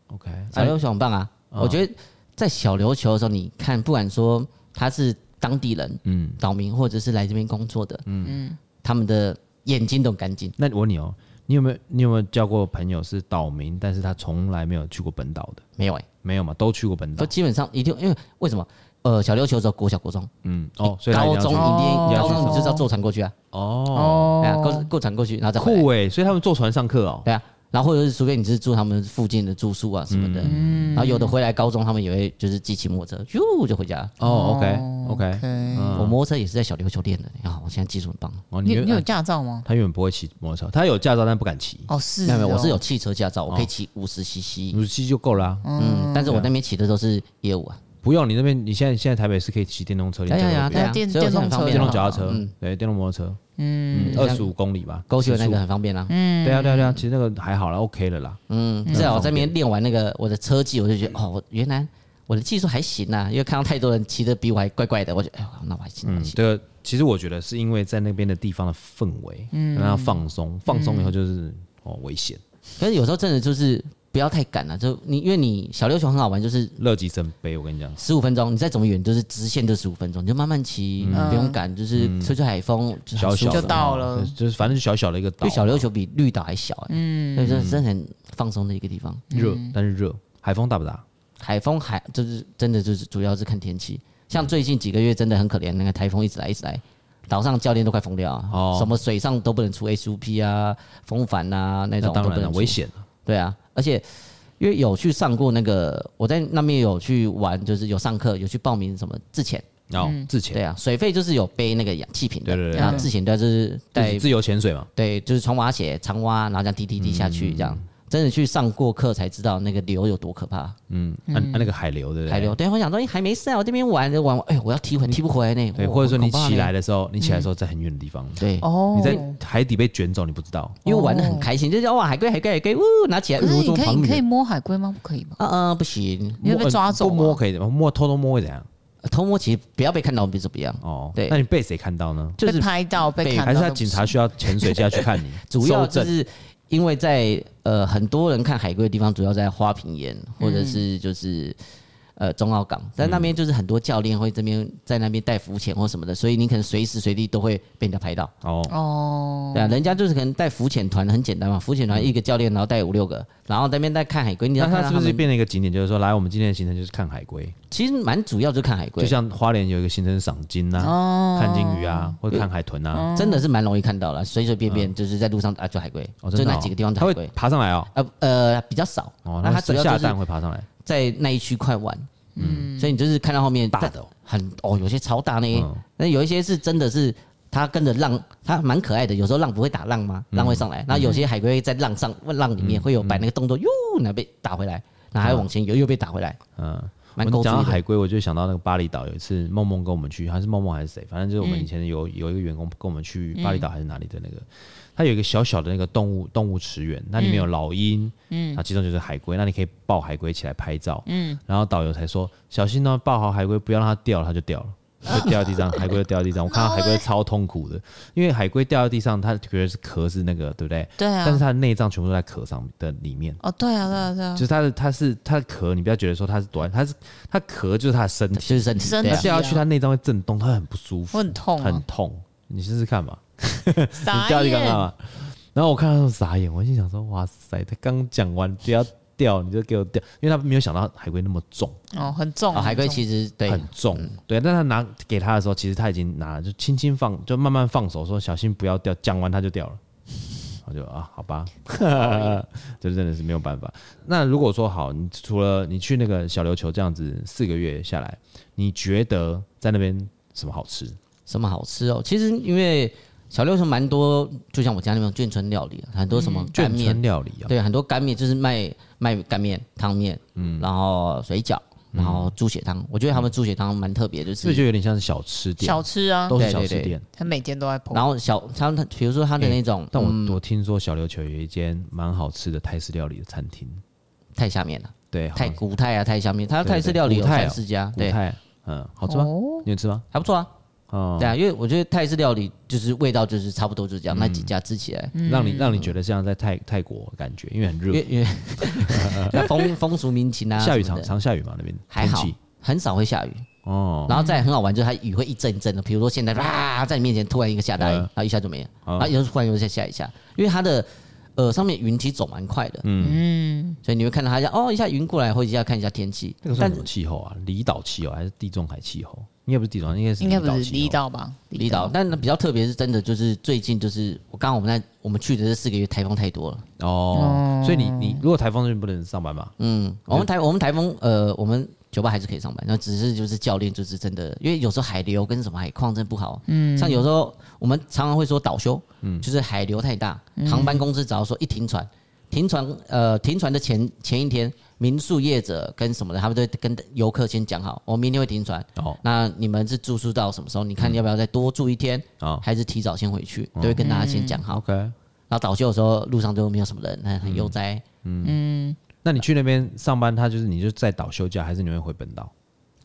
A: OK，哎
B: 小琉球很棒啊！
A: 哦
B: 我觉得在小琉球的时候，你看，不管说他是当地人、
A: 嗯，
B: 岛民，或者是来这边工作的，嗯他们的眼睛都很干净。
A: 那我问你哦，你有没有你有没有交过朋友是岛民，但是他从来没有去过本岛的？
B: 没有哎、
A: 没有嘛，都去过本岛
B: 都。基本上一定，因为为什么？呃，小琉球只有国小、国中、
A: 嗯，哦，所以他一
B: 高
A: 定要
B: 中，
A: 去
B: 一定
A: 哦
B: 高中你就是要坐船过去啊，
A: 哦，
B: 对啊，
C: 哦，
B: 过过船过去，然后再回
A: 酷
B: 来，
A: 哎，所以他们坐船上课哦。
B: 对啊。然后或者是除非你是住他们附近的住宿啊什么的，
A: 嗯
B: 然后有的回来高中，他们也会就是骑骑摩托车，咻就回家。
A: 哦，OK OK，
C: OK，
A: 嗯
B: 我摩托车也是在小琉球练的，啊，我现在技术很棒。
A: 哦，
C: 你
A: 你
C: 你有
A: 有
C: 驾照吗？
A: 他原本不会骑摩托车，他有驾照但不敢骑，
C: 哦，是，
B: 没有没有，
C: 哦
B: 我是有汽车驾照，我可以骑五十 CC，
A: 五十七就够啦。
B: 嗯，但是我那边骑的都是业务啊，
A: 不用你那边，你现在现在台北是可以骑电动车，你
B: 哎呀呀
A: 驾照都不用
B: 对啊
C: 电
B: 所以我现在
C: 电动
B: 很
C: 车
B: 方便
A: 电动
B: 啊
A: 脚踏车，对，电动摩托车，嗯，
B: 像
A: 二十五公里吧，
B: 勾去的
A: 时
B: 那
A: 速
B: 个很方便啦，
A: 对啊，对啊，对啊，其实那个还好啦 o k 了啦。
B: 嗯，至少我在那边练完那个我的车技，我就觉得哦，我原来我的技术还行啊，因为看到太多人骑的比我还怪怪的，我就哎呦，那我还行，那我
A: 嗯，
B: 还行，
A: 这个其实我觉得是因为在那边的地方的氛围，让他放松，放松以后就是哦危险，
B: 可是有时候真的就是不要太赶了，就你因为你小琉球很好玩，就是
A: 乐极生悲。我跟你讲，
B: 十五分钟，你再怎么远就是直线就十五分钟，你就慢慢骑，不用赶，就是吹吹海风，就很
A: 小
B: 舒
A: 小的
B: 服
C: 就到了
A: 对就是反正就小小的一个岛
B: 因为，小琉球比绿岛还小，哎，所以说真的很放松的一个地方。
A: 热，但是热，海风大不大？
B: 海风海就是真的就是主要是看天气，像最近几个月真的很可怜，那个台风一直来一直来，岛上教练都快疯掉啊！
A: 哦
B: 什么水上都不能出 SUP 啊、风帆啊那
A: 那
B: 种都
A: 当
B: 不
A: 然了，
B: 能出
A: 危。险啊
B: 对啊，而且因为有去上过那个，我在那边有去玩，就是有上课，有去报名什么自潜。
A: 哦，自潜
B: 对啊，水费就是有背那个氧气瓶的，
A: 对对对
B: 然后自潜队就是
A: 自
B: 带
A: 自由潜水嘛，
B: 对，就是穿蛙鞋、长蛙，然后这样滴滴滴下
A: 嗯
B: 去，这样、真的去上过课才知道那个流有多可怕。
A: 嗯，按按那个海流对不对？
B: 海流，对，我想说，哎、还没事啊，我这边玩着玩，哎、我要踢回，踢不回来呢。
A: 对，
B: 哇
A: 或者说你
B: 哦很可怕呢嗯
A: 起来的时候，你起来的时候在很远的地方，
B: 对，
C: 哦，
A: 你在海底被卷走，你不知道。
B: 因为玩的很开心，就是哇，海龟，海龟，海龟，呜，拿起来，
C: 可是
B: 如
C: 你
B: 中
C: 可以
B: 旁
C: 你可以
B: 人。
C: 摸海龟吗？不可以吧？
B: 啊啊，不行，
C: 你会被抓走
B: 啊
A: 摸呃不
C: 吗
A: 摸可以的，摸偷偷摸会怎样？
B: 偷摸其实不要被看到，比怎么样？
A: 哦，
B: 对
A: 那你被谁看到呢？
B: 就
C: 被
B: 是
C: 拍到被
B: 被
C: 看到
A: 还
C: 都
A: 是他
C: 不行，
A: 警察需要潜水下去看你
B: ？主要
A: 搜
B: 就
A: 证
B: 是因为在呃很多人看海龟的地方，主要在花瓶岩或者
A: 嗯
B: 是就是。呃，中澳港，但那边就是很多教练会这边在那边带浮潜或什么的，所以你可能随时随地都会被人家拍到。
A: 哦，
C: 哦，
B: 对啊，人家就是可能带浮潜团很简单嘛，浮潜团一个教练，然后带五六个，然后在那边在看海龟。你要
A: 那
B: 看
A: 他
B: 到
A: 是不是
B: 们
A: 变了一个景点？就是说，来，我们今天的行程就是看海龟，
B: 其实蛮主要就是看海龟，
A: 就像花莲有一个行程是赏金
B: 哦
A: 啊、看金鱼啊，或者看海豚啊。
B: 真的是蛮容易看到了，随随便便就是在路上啊就海龟，
A: 嗯哦，
B: 就
A: 真的哦
B: 那几个地方就
A: 它
B: 海
A: 会
B: 龟。
A: 爬上来哦。
B: 呃呃，比较少。
A: 哦，
B: 那它
A: 它
B: 主要
A: 下
B: 就
A: 蛋
B: 是
A: 会爬上来。
B: 在那一区块玩，嗯，所以你就是看到后面
A: 大的哦
B: 很哦，有些超大呢
A: 嗯，
B: 那有一些是真的是。它跟着浪，它蛮可爱的。有时候浪不会打浪吗？
A: 嗯
B: 浪会上来，然后有些海龟在浪上浪里面会有摆那个动作，哟，然后被打回来，然后还往前游，又被打回来。
A: 嗯，我
B: 蛮高
A: 讲到
B: 级的
A: 海龟，我就想到那个巴厘岛有一次，梦梦跟我们去，还是梦梦还是谁，反正就是我
B: 嗯
A: 们以前有、有一个员工跟我们去巴厘岛还是哪里的那个，它有一个小小的那个动物动物池园，那里面有老鹰，嗯，那其中就是海龟，那你可以抱海龟起来拍照，嗯，然后导游才说小心哦，抱好海龟，不要让它掉了，它就掉了。就掉到地 上，海龟就掉到地上。我看到海龟超痛苦的，因为海龟掉到地上，它觉得是壳是那个，对不对？
B: 嗯
C: 对啊
A: 但是它的内脏全部都在壳上的里面。
C: 哦，对啊，对啊，对啊
A: 就，是它的，它是它的壳，你不要觉得说它是短，它是它壳就是它的身体，
B: 就是身体，
C: 身
B: 对
A: 它
B: 啊
C: 体
A: 掉下去它内脏会震动，它很不舒服，
C: 我很痛啊
A: 很痛。你试试看吧，你
C: 傻
A: 掉下去看看
C: 眼，
A: 吧。然后我看到他傻眼，我心想说：哇塞，他刚讲完不要掉，你就给我掉，因为他没有想到海龟那么重，
C: 哦，很重
A: 啊
B: 哦，海龟
C: 很重
B: 其实对嗯
A: 很重，对。但他拿给他的时候，其实他已经拿了，就轻轻放，就慢慢放手，说小心不要掉。讲完他就掉了， 我就啊，好吧， 这真的是没有办法。那如果说好，你除了你去那个小琉球这样子四个月下来，你觉得在那边什么好吃？
B: 什么好吃哦。其实因为小六是蛮多，就像我家那种眷村料理，啊很多什么干
A: 眷
B: 面嗯
A: 村料理啊、
B: 对，很多干面就是卖卖干面、汤面，
A: 嗯
B: 然后水饺，然后猪血汤。我觉得他们猪血汤蛮特别，就
A: 这
B: 是
A: 就有点像是小吃店，
C: 小吃啊，
A: 都是
B: 对
A: 小
B: 对
A: 吃
B: 对
A: 店。
C: 他每天都在碰
B: 然。后小他们比如说他的那种，
A: 但我、
B: 嗯
A: 我听说小琉球有一间蛮好吃的泰式料理的餐厅，
B: 太下面了，
A: 对，
B: 太古泰啊，太下面，他
A: 哦对
B: 泰式料理有
A: 古泰
B: 三
A: 哦
B: 四家，
A: 古
B: 对，
A: 泰，嗯，好吃吗？
C: 哦
A: 你有吃吗？
B: 还不错啊。
A: 哦，嗯
B: 对啊，因为我觉得泰式料理就是味道就是差不多就是这样，那几家吃起来，
A: 让你让你觉得像在泰泰国的感觉，因为很
B: 因
A: 热
B: 为，因 为那风风俗民情啊，
A: 下雨
B: 什么
A: 常
B: 的
A: 常下雨嘛那边
B: 还好
A: 天气，
B: 很少会下雨。
A: 哦，
B: 然后再很好玩，就是它雨会一阵一阵的，比如说现在啪在你面前突然一个下大
A: 嗯
B: 雨，然后一下就没了，
A: 嗯
B: 然后有时候突然又再下一下，因为它的呃上面云其实走蛮快的，嗯，所以你会看到它一下哦一下云过来，或者一下看一下天气
A: 那个，算
B: 但
A: 什么气候啊？离岛气候还是地中海气候？应该不是地中海，应该是
C: 应该不是
A: 离
C: 离
A: 岛气
C: 岛吧？
B: 离岛，但比较特别是真的就是最近就是我刚刚我们在我们去的这四个月台风太多了，
A: 候哦。所以你你如果台风天不能上班嘛？
B: 嗯，我们台我们台风呃我们。酒吧还是可以上班，那只是就是教练就是真的，因为有时候海流跟什么海况真的不好。嗯，像有时候我们常常会说倒休，嗯，就是海流太大，航班公司只要说一停船，停船呃停船的前前一天，民宿业者跟什么的，他们都会跟游客先讲好，我、明天会停船。
A: 哦
B: 那你们是住宿到什么时候？你看要不要再多住一天，
A: 哦
B: 还是提早先回去？都会跟大家先讲好。
A: ，OK。
B: 然后倒休的时候，路上就没有什么人，很很悠哉。
A: 那你去那边上班，他就是你就在岛休假，还是你会回本岛？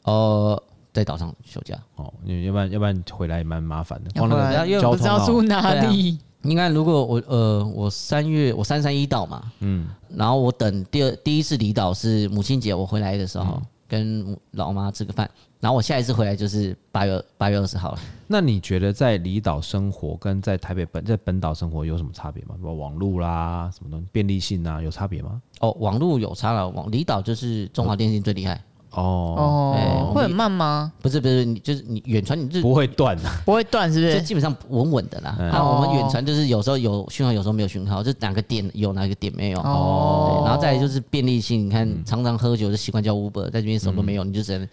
B: 哦、在岛上休假。
A: 哦，因为要不然要不然回来也蛮麻烦的，
C: 要
A: 光
C: 不
A: 哦那
C: 然
A: 个
C: 又
A: 交
C: 不知
A: 通
C: 道
A: 啊
C: 住哪里，
B: 应该如果我呃我三月我三三一到嘛，嗯，然后我等第二第一次离岛是母亲节我回来的时候、跟母老妈吃个饭，然后我下一次回来就是八月八月二十号了。
A: 那你觉得在离岛生活跟在台北本在本岛生活有什么差别吗？比如网络啦，什么东西便利性啊，有差别吗？
B: 哦，网络有差了，网离岛就是中华电信最厉害，
A: 哦，
C: 哦，
B: 对
C: 会很慢吗？
B: 不是不是，你就是你远传你就
A: 不会断啊，
C: 不会断是不？
B: 就是基本上稳稳的啦。那我
C: 哦
B: 们远传就是有时候有讯号，有时候没有讯号，就哪个点有哪个点没有。
C: 哦
B: 对，然后再来就是便利性，你看常常喝酒的习惯叫 Uber，在这边什么都没有，你就只能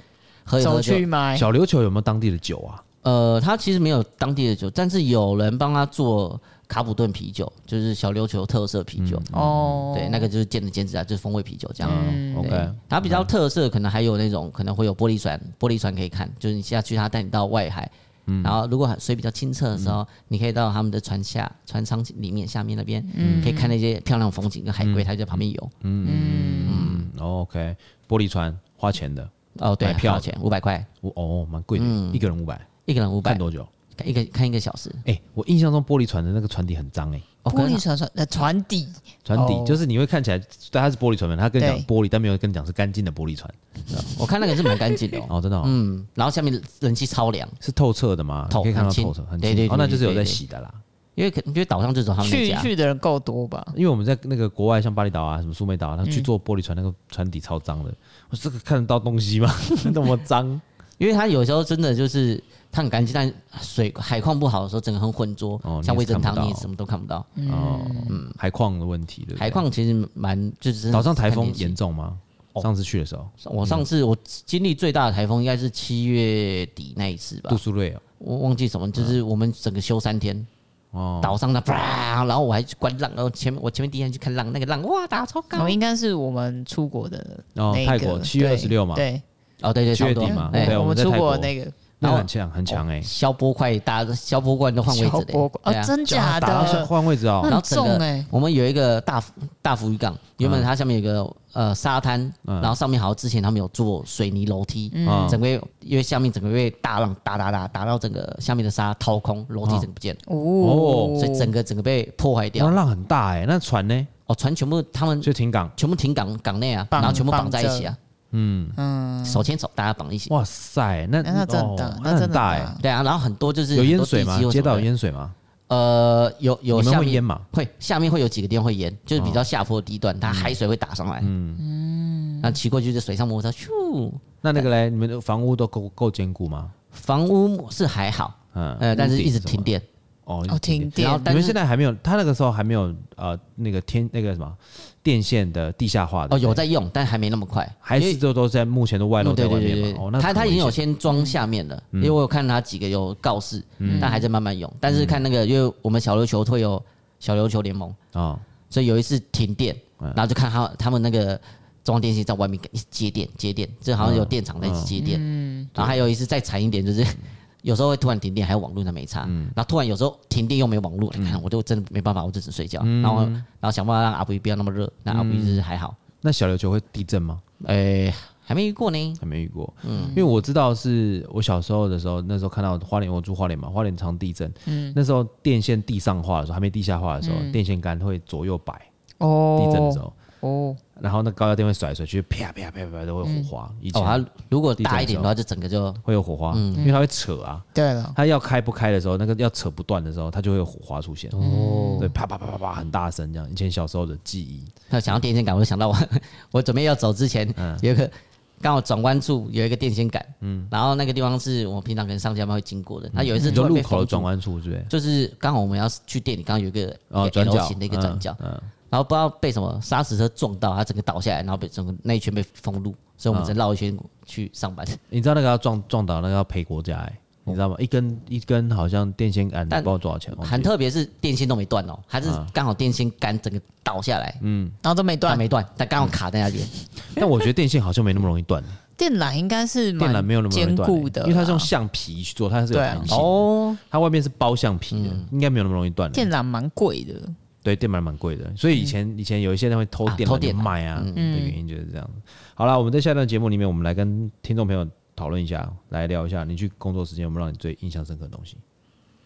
B: 喝一
C: 走
B: 喝就
C: 去买
A: 小琉球有没有当地的酒啊？
B: 呃，他其实没有当地的酒，但是有人帮他做卡普顿啤酒，就是小琉球特色啤酒。
C: 哦，
B: 对，那个就是见仁见智啊，就是风味啤酒这样。
A: 嗯，OK，
B: 它比较特色，可能还有那种可能会有玻璃船，玻璃船可以看，就是你下去，它带你到外海。
A: 嗯
B: 然后，如果水比较清澈的时候，你可以到他们的船下、船舱里面下面那边，可以看那些漂亮的风景，跟海龟它就在旁边游。
A: 嗯，OK，玻璃船花钱的，
B: 哦，对，
A: 买嗯票
B: 多少钱五百块，
A: 我哦，蛮贵的，一个人五百，
B: 一个人嗯五百
A: 看，多久？
B: 看一个看一个小时。
A: 哎，我印象中玻璃船的那个船底很脏哎，
B: 哦，可
C: 玻
B: 能
C: 璃船船呃船底
A: 船底
C: 哦
A: 就是你会看起来，但它是玻璃船嘛，它跟你讲
C: 对
A: 玻璃，但没有跟你讲是干净的玻璃船
B: 我看那个是蛮干净的哦。
A: 哦，真的哦
B: 嗯，然后下面人气超凉，
A: 是透彻的吗？
B: 透
A: 你可以看到
B: 很清
A: 透彻，很
B: 对
A: 清
B: 对
A: 哦，
B: 对
A: 那就是有
B: 对
A: 在
B: 对
A: 洗的啦。
B: 因为可因为岛上就走他们那
C: 去
A: 啊
B: 家，
C: 去的人够多吧？
A: 因为我们在那个国外，像巴厘岛啊、什么苏梅岛啊，他
B: 嗯
A: 去坐玻璃船，那个船底超脏的。我说这个看得到东西吗？ 那么脏
B: 因为它有时候真的就是它很干净，但水海况不好的时候，整个很浑浊，
A: 哦你也是
B: 像味噌
A: 看不
B: 汤
A: 到
B: 你也什么都看不到。
A: 哦，海况的问题，对不对
B: 嗯海况其实蛮就是
A: 岛上台风嗯
B: 看天
A: 严
B: 气
A: 重吗？
B: 哦
A: 上次去的时候，
B: 我上次我经历最大的台风应该是七月底那一次吧
A: 杜，苏芮哦，
B: 我忘记什么，就是我们整个休三天，
A: 哦，
B: 岛上的啪，然后我还去观浪，然后前面我前面第一天去看浪，那个浪哇打超高
C: 哦，，应该是我们出国的
A: 哦
C: 那一个
A: 泰国7月
C: 对
A: 26嘛
C: 对，
B: 哦对对，
A: 七月
B: 差不
A: 底嘛
B: 多，
A: 对
B: 哎
A: 我们
C: 我们
A: 在
C: 出
A: 泰
C: 国
A: 国
C: 的那个
A: 那
B: 然
A: 个
B: 后
A: 很强很强哎，
B: 消波块大家消波块都换位置
C: 小
B: 的，
C: 波
B: 对
C: 哦，
B: 啊
C: 真假
A: 打到下
C: 的，
A: 换位置哦
C: 那，
B: 然后
C: 很
B: 整
C: 重
B: 个
C: 哎，
B: 我们有一个大福大福渔港，
A: 嗯
B: 原本它下面有个呃沙滩，然后上面好像之前他们有做水泥楼梯，
A: 嗯
B: 整个月因为下面整个被大浪打打打打到整个下面的沙掏空，楼梯整个不见，
A: 哦
C: 哦，
B: 所以整个整个被破坏
A: 那
B: 掉。
A: 浪很大哎，那船呢
B: 哦，船全部他们
A: 就停港，
B: 全部停港港内啊，
C: 绑
B: 然后全部绑在一起啊，
C: 嗯，
B: 手牵手大家绑一起。
A: 哇塞，那
C: 哎那那真的很大
A: 哦
C: 那
A: 那
C: 真的
A: 很
C: 很
A: 大
C: 大
A: 哎，
B: 对啊，然后很多就是
A: 有
B: 很
A: 淹
B: 多
A: 水
B: 地
A: 吗
B: 基？或什
A: 街
B: 么
A: 道
B: 的
A: 有淹水吗？
B: 呃，有有
A: 你们
B: 下
A: 会淹
B: 面
A: 吗？
B: 会下面会有几个地方会
A: 哦
B: 淹，就是比较下坡的地段，它海水会打上来，嗯嗯，那骑过去就水上摩擦，咻，
A: 那那个嘞，你们的房屋都够够坚固吗？
B: 房屋是还好，
A: 嗯，
B: 呃，但是
A: 屋顶
B: 一直
A: 什么
B: 停电，
A: 哦，一
C: 哦，
A: 直停
C: 停
A: 电
C: 电
B: 然后，
A: 你
B: 但
A: 们
B: 是
A: 现在还没有，他那个时候还没有呃那个天那个什么电线的地下化的
B: 哦，有在用，但还没那么快，
A: 还是
B: 因为
A: 都都在目前都外露
B: 嗯
A: 在
B: 对
A: 外
B: 对
A: 面
B: 对
A: 嘛？哦，那
B: 对，它它
A: 很
B: 已
A: 危
B: 经有
A: 险
B: 先装下面了，
A: 嗯
B: 因为我有看它几个有告示，但还在慢慢用，但
A: 嗯
B: 是看那个，因为我们小琉球会有小琉球联盟，
A: 哦，
B: 所以有一次停电，
A: 嗯
B: 然后就看他他们那个中央电信在外面一直接电接电，这好像有电厂在一直接电。然后还有一次再惨一点，就是 有时候会突然停电，还有网络那没差。
A: 嗯
B: 然后突然有时候停电又没有网络，你看我就真的没办法，我就只能睡觉。
A: 嗯
B: 然后然后想办法让阿布不要那么热，那阿布就是还好，
A: 那小琉球会地震吗？
B: 哎，还没遇过呢。
A: 还没遇过，
B: 嗯
A: 因为我知道是我小时候的时候，那时候看到花莲，我住花莲嘛，花莲常地震，
B: 嗯
A: 那时候电线地上化的时候，还没地下化的时候，电线杆会左右摆，地震的时
C: 哦，
A: 候，
C: 哦，
A: 然后那高压电会甩来甩去，啪啪啪啪都会有火花，以
B: 哦，嗯
A: 前
B: 它如果
A: 地震
B: 大一
A: 的时
B: 点
A: 候
B: 的话，就整个就
A: 会有火花，因为它会扯啊，
C: 对了，
A: 它要开不开的时候，那个要扯不断的时候，它就会有火花出现。哦，对，啪啪啪啪啪，很大声这样。以前小时候的记忆，
B: 那想到电线杆，我就想到我 我准备要走之前，
A: 嗯
B: 有一个刚好转弯处有一个电线杆，嗯，然后那个地方是我平常可能上下班会经过的。那有一次
A: 就
B: 突
A: 嗯
B: 然
A: 路
B: 被
A: 口的
B: 封
A: 转
B: 住，
A: 弯处，对不对？
B: 就是刚好我们要去店里，刚好有一个
A: 哦，
B: 一个
A: 转角
B: L 型的一个转角，
A: 嗯，
B: 然后不知道被什么砂石车撞到，它整个倒下来，然后被整个那一圈被封路，所以我们只能绕一圈去上班。
A: 你知道那个要撞撞倒那个要赔国家哎，你知道吗？一根一根好像电线杆，不
B: 但
A: 知道多少钱。忘记
B: 很特别是电线都没断哦，还是
A: 嗯
B: 刚好电线杆整个倒下来，
C: 然后都没
B: 断
C: 断，
B: 没断，但刚好卡在那边。
A: 但我觉得电线好像没那么容易 断，
C: 电缆应该是蛮
A: 电缆没有那么容易
C: 坚
A: 断
C: 固
A: 欸
C: 的啦，
A: 因为它是用橡皮去做，它是有
C: 对啊
A: 弹性的，
B: 哦，嗯
A: 它外面是包橡皮的，应该没有那么容易断。
C: 电缆蛮贵的，
A: 对，电缆蛮贵的，所以以前、以前有一些人会偷
B: 啊
A: 电
B: 偷
A: 缆去
B: 电缆
A: 卖啊，的原因就是这样。好了，我们在下段节目里面，我们来跟听众朋友讨论一下，来聊一下你去工作时间有没有让你最印象深刻的东西，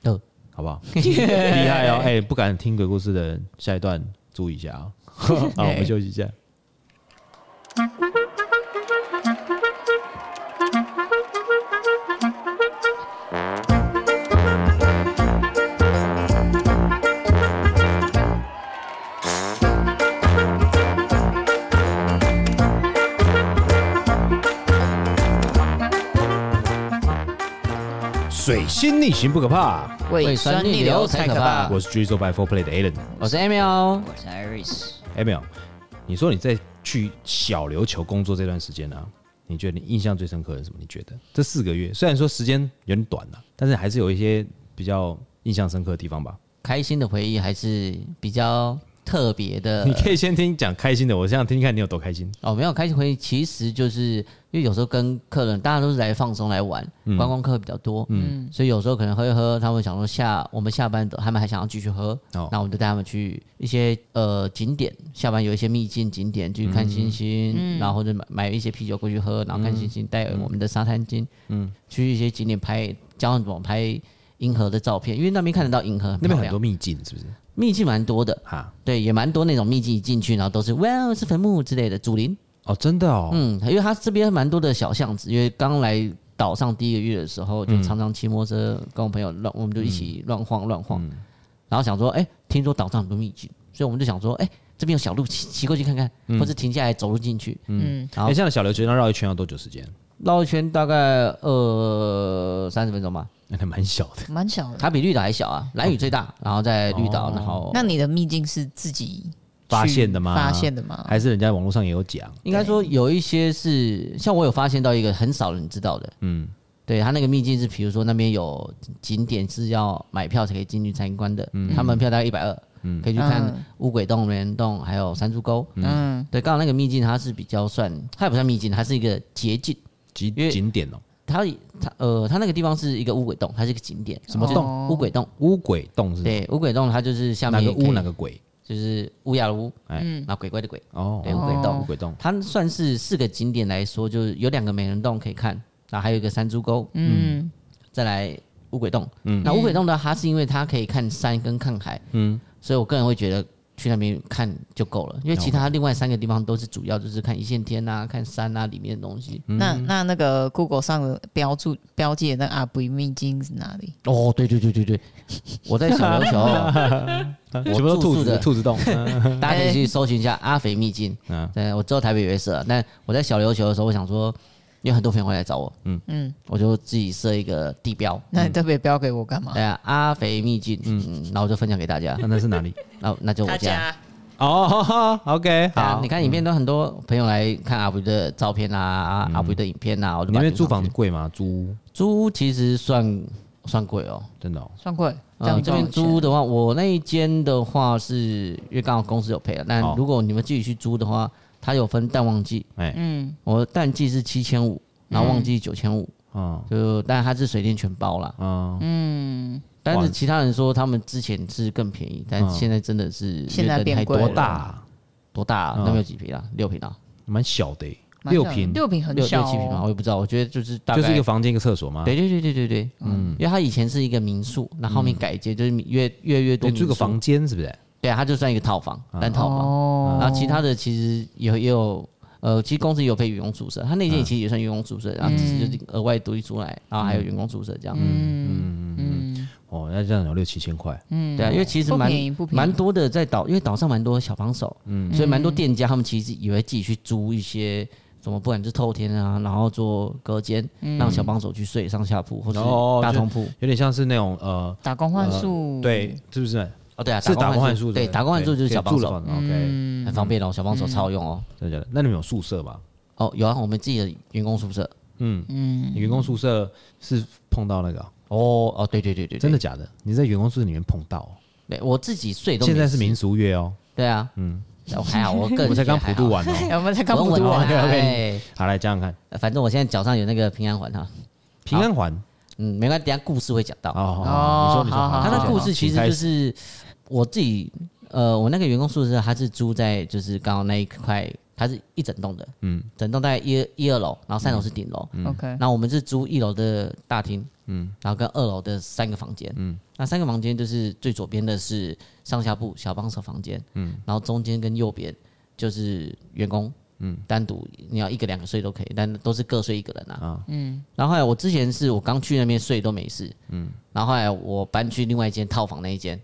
B: 呃
A: 好不好？厉害哦！哎、不敢听鬼故事的人，下一段注意一下啊、好，我们休息一下。
D: Thank
A: 水星逆行不可怕。
B: 胃
C: 胃
B: 酸
C: 酸
B: 逆
C: 逆
B: 流
C: 流
B: 才
C: 才
B: 可
C: 可
B: 怕
C: 怕。
A: 我是 Drizzle by Four Play 的 Alan。
B: 我是 Emil，
C: 我是 Iris，
A: Emil，你说你在去小琉球工作这段时间呢、啊，你觉得你印象最深刻的是什么？你觉得这四个月虽然说时间有点短了、啊但是还是有一些比较印象深刻的地方吧？
B: 开心的回忆还是比较特别的
A: 你。可以先听讲开心的，我想听听看你有多开心。
B: 哦，没有开心回忆，其实就是因为有时候跟客人，大家都是来放松来玩，观光客比较多，嗯，所以有时候可能喝一喝，他们想说下我们下班的，他们还想要继续喝，
A: 哦
B: 那我们就带他们去一些呃景点，下班有一些秘境景点去看星
A: 嗯
B: 星，然后或者买买一些啤酒过去喝，然后看星星，带我们的沙滩巾，嗯，去一些景点拍，教他们怎么拍银河的照片，因为那边看得到银河，
A: 那边很
B: 漂
A: 多
B: 亮
A: 秘境是不是？
B: 秘境蛮多的，
A: 哈，
B: 对，也蛮多那种秘境一进去，然后都是哇是坟墓之类的祖灵。
A: 哦，真的哦，
B: 嗯，因为它这边蛮多的小巷子，因为刚来岛上第一个月的时候，
A: 嗯
B: 就常常骑摩托车跟我朋友乱，我们就一起乱晃乱
A: 嗯
B: 晃，然后想说，哎、听说岛上很多秘境，所以我们就想说，哎、这边有小路骑骑过去看看，或是停下来走路进去，
C: 嗯，
B: 好
A: 嗯哎、欸，像小琉球要绕一圈要多久时间？
B: 绕一圈大概呃三十分钟吧，
A: 哎那还蛮小的。
C: 蛮小的。
B: 它比绿岛还小啊，蓝屿最
A: 哦
B: 大，然后在绿岛，然后
C: 那你的秘境是自己
A: 发
C: 去
A: 现的吗
C: 发现的
B: 哦
C: 吗？
A: 还是人家网络上也有讲，
B: 应该说有一些是像我有发现到一个很少人知道的，嗯，对他那个秘境是，比如说那边有景点是要买票才可以进去参观的，嗯，他门票大概一百二，嗯，可以去看
C: 嗯
B: 乌鬼洞、人洞还有山猪沟，
C: 嗯，
B: 对，刚好那个秘境它是比较算，它也不算秘境，它是一个捷径，
A: 景
B: 因为
A: 景点哦，
B: 它它呃它那个地方是一个乌鬼洞，它是一个景点，
A: 什么洞
B: 就是乌鬼洞，
A: 乌鬼洞是
B: 对，乌鬼洞它就是下
A: 哪
B: 面
A: 个
B: 可
A: 乌
B: 以
A: 哪个鬼？
B: 就是乌鸦的乌，
A: 哎
B: 嗯，然后鬼怪的鬼，
A: 哦，
B: 对，乌鬼洞
A: 乌。鬼洞，
B: 它算是四个景点来说，就是有两个美人洞可以看，然后还有一个山猪沟，嗯，再来乌鬼洞，嗯，那乌鬼洞呢，它是因为它可以看山跟看海，嗯，所以我个人会觉得去那边看就够了，因为其他另外三个地方都是主要就是看一线天啊、看山啊里面的东西。
A: 嗯
C: 那那那个 Google 上的标注标记的那阿布秘境是哪里？
B: 哦，对对对对对， 我在小琉 球，
A: 呃全部都
B: 住
A: 兔
B: 宿
A: 子
B: 的
A: 兔子 洞，
B: 大家可以去搜寻一下阿肥秘境，
A: 嗯
B: 嗯，对我知道台北有一社，但我在小琉球的时候，我想说。因为很多朋友会来找我，嗯嗯，我就自己设一个地标，
A: 嗯
C: 那你特别标给我干嘛
A: 哎
B: 对？啊，阿肥秘境，嗯，然后我就分享给大家
A: 那，那是哪里？
B: 那那就我家。
A: 哦，OK，
B: 对啊
A: 好，嗯
B: 你看影片都很多朋友来看阿布的照片啊，阿布的影片啊，我
A: 嗯
B: 就
A: 你那
B: 把它
A: 边
B: 丢
A: 租
B: 上
A: 房
B: 去
A: 子贵吗？租
B: 租其实算算贵哦。
A: 真的、哦，
C: 算贵，这
B: 呃
C: 样
B: 这边
C: 多少钱啊
B: 租的话，我那一间的话是因为刚好公司有赔了，但
A: 哦
B: 如果你们自己去租的话，它有分淡旺季，
A: 哎、
B: 我淡季是七千五，然后旺季九千五，
A: 嗯
B: 就但它是水电全包啦。
A: 嗯，
B: 但
A: 哇嗯
B: 是其他人说他们之前是更便宜，但现在真的是
C: 现
B: 因为
C: 在
B: 人
C: 变
B: 太
C: 贵
B: 多
A: 多
B: 了
A: 大、啊？
B: 多大、啊？那边有几平啊？六平啊？
A: 蛮小的、欸
C: 蛮
A: 六
C: 小的
A: 平，
C: 六平很
B: 六
C: 小
B: 六七平嘛？
C: 哦
B: 我也不知道。我觉得就是大概
A: 就是一个房啊间一个厕所吗？
B: 对对对对对对，嗯，因为它以前是一个民宿，那后面改建就是越越越多
A: 你
B: 民
A: 嗯租
B: 宿。
A: 个房间是不是？
B: 对啊，它就算一个套房，单套房。
C: 哦，
B: 然后其他的其实也有也有。呃，其实公司也有配员工宿舍，它那间
A: 嗯
B: 其实也算员工宿舍，然后只是就是额外独立出来，然后还有
A: 嗯
B: 员工宿舍这样。
A: 哦，那这样有六七千块，
B: 对啊，因为其实
C: 不
B: 蛮
C: 便宜不便宜
B: 蛮多的在岛，因为岛上蛮多小帮手，
A: 嗯
B: 所以蛮多店家他们其实也会自己去租一些什么，不管是透天啊，然后做隔间，
C: 嗯
B: 让小帮手去睡上下铺或者
A: 哦
B: 大
A: 就
B: 通铺。
A: 有点像是那种呃，
C: 打工换宿，
A: 对，是不是？
B: 哦，对啊，
A: 是打工换
B: 换
A: 宿，
B: 对，嗯打工换宿就是小帮手，
A: OK，
B: 很
C: 嗯
B: 方便哦，小帮手超用哦。
A: 真的假的？那你们有宿舍吗？
B: 哦，有啊，我们自己的员工宿舍。嗯
A: 你员工宿舍是碰到那个哦、
B: 哦哦，对对对对，对
A: 真的，假的？你在员工宿舍里面碰到哦、
B: 对我自己睡都没
A: 现在是
B: 事
A: 民俗月哦，
B: 对啊，嗯，还好，我
A: 我
B: 个人
A: 们才刚普渡
B: 完，
A: 完哦。
C: 哎，我们才刚
B: 稳
C: 不
B: 稳
C: 多
B: 的
C: 啊，
A: OK，OK
B: 哎
A: 好，来讲讲看，
B: 反正我现在脚上有那个平安环哈，
A: 平安环
B: 嗯，没关系，等一下故事会讲到。
A: 哦，
C: 哦
A: 你说你说，
C: 好好
B: 他
A: 好
B: 的
A: 好
B: 故事其
A: 请
B: 实
A: 开
B: 就
A: 始
B: 是我自己，呃，我那个员工宿舍，他是租在就是刚好那一块，它是一整栋的，嗯，整栋大概一一二楼，然后三楼是顶楼，
A: 嗯
C: OK，
B: 那我们是租一楼的大厅，嗯，然后跟二楼的三个房间，嗯，那三个房间就是最左边的是上下铺小帮手房间，嗯，然后中间跟右边就是员工，嗯，单独你要一个两个睡都可以，但都是各睡一个人啊，嗯，然后后来我之前是我刚去那边睡都没事，嗯，然后后来我搬去另外一间套房那一间，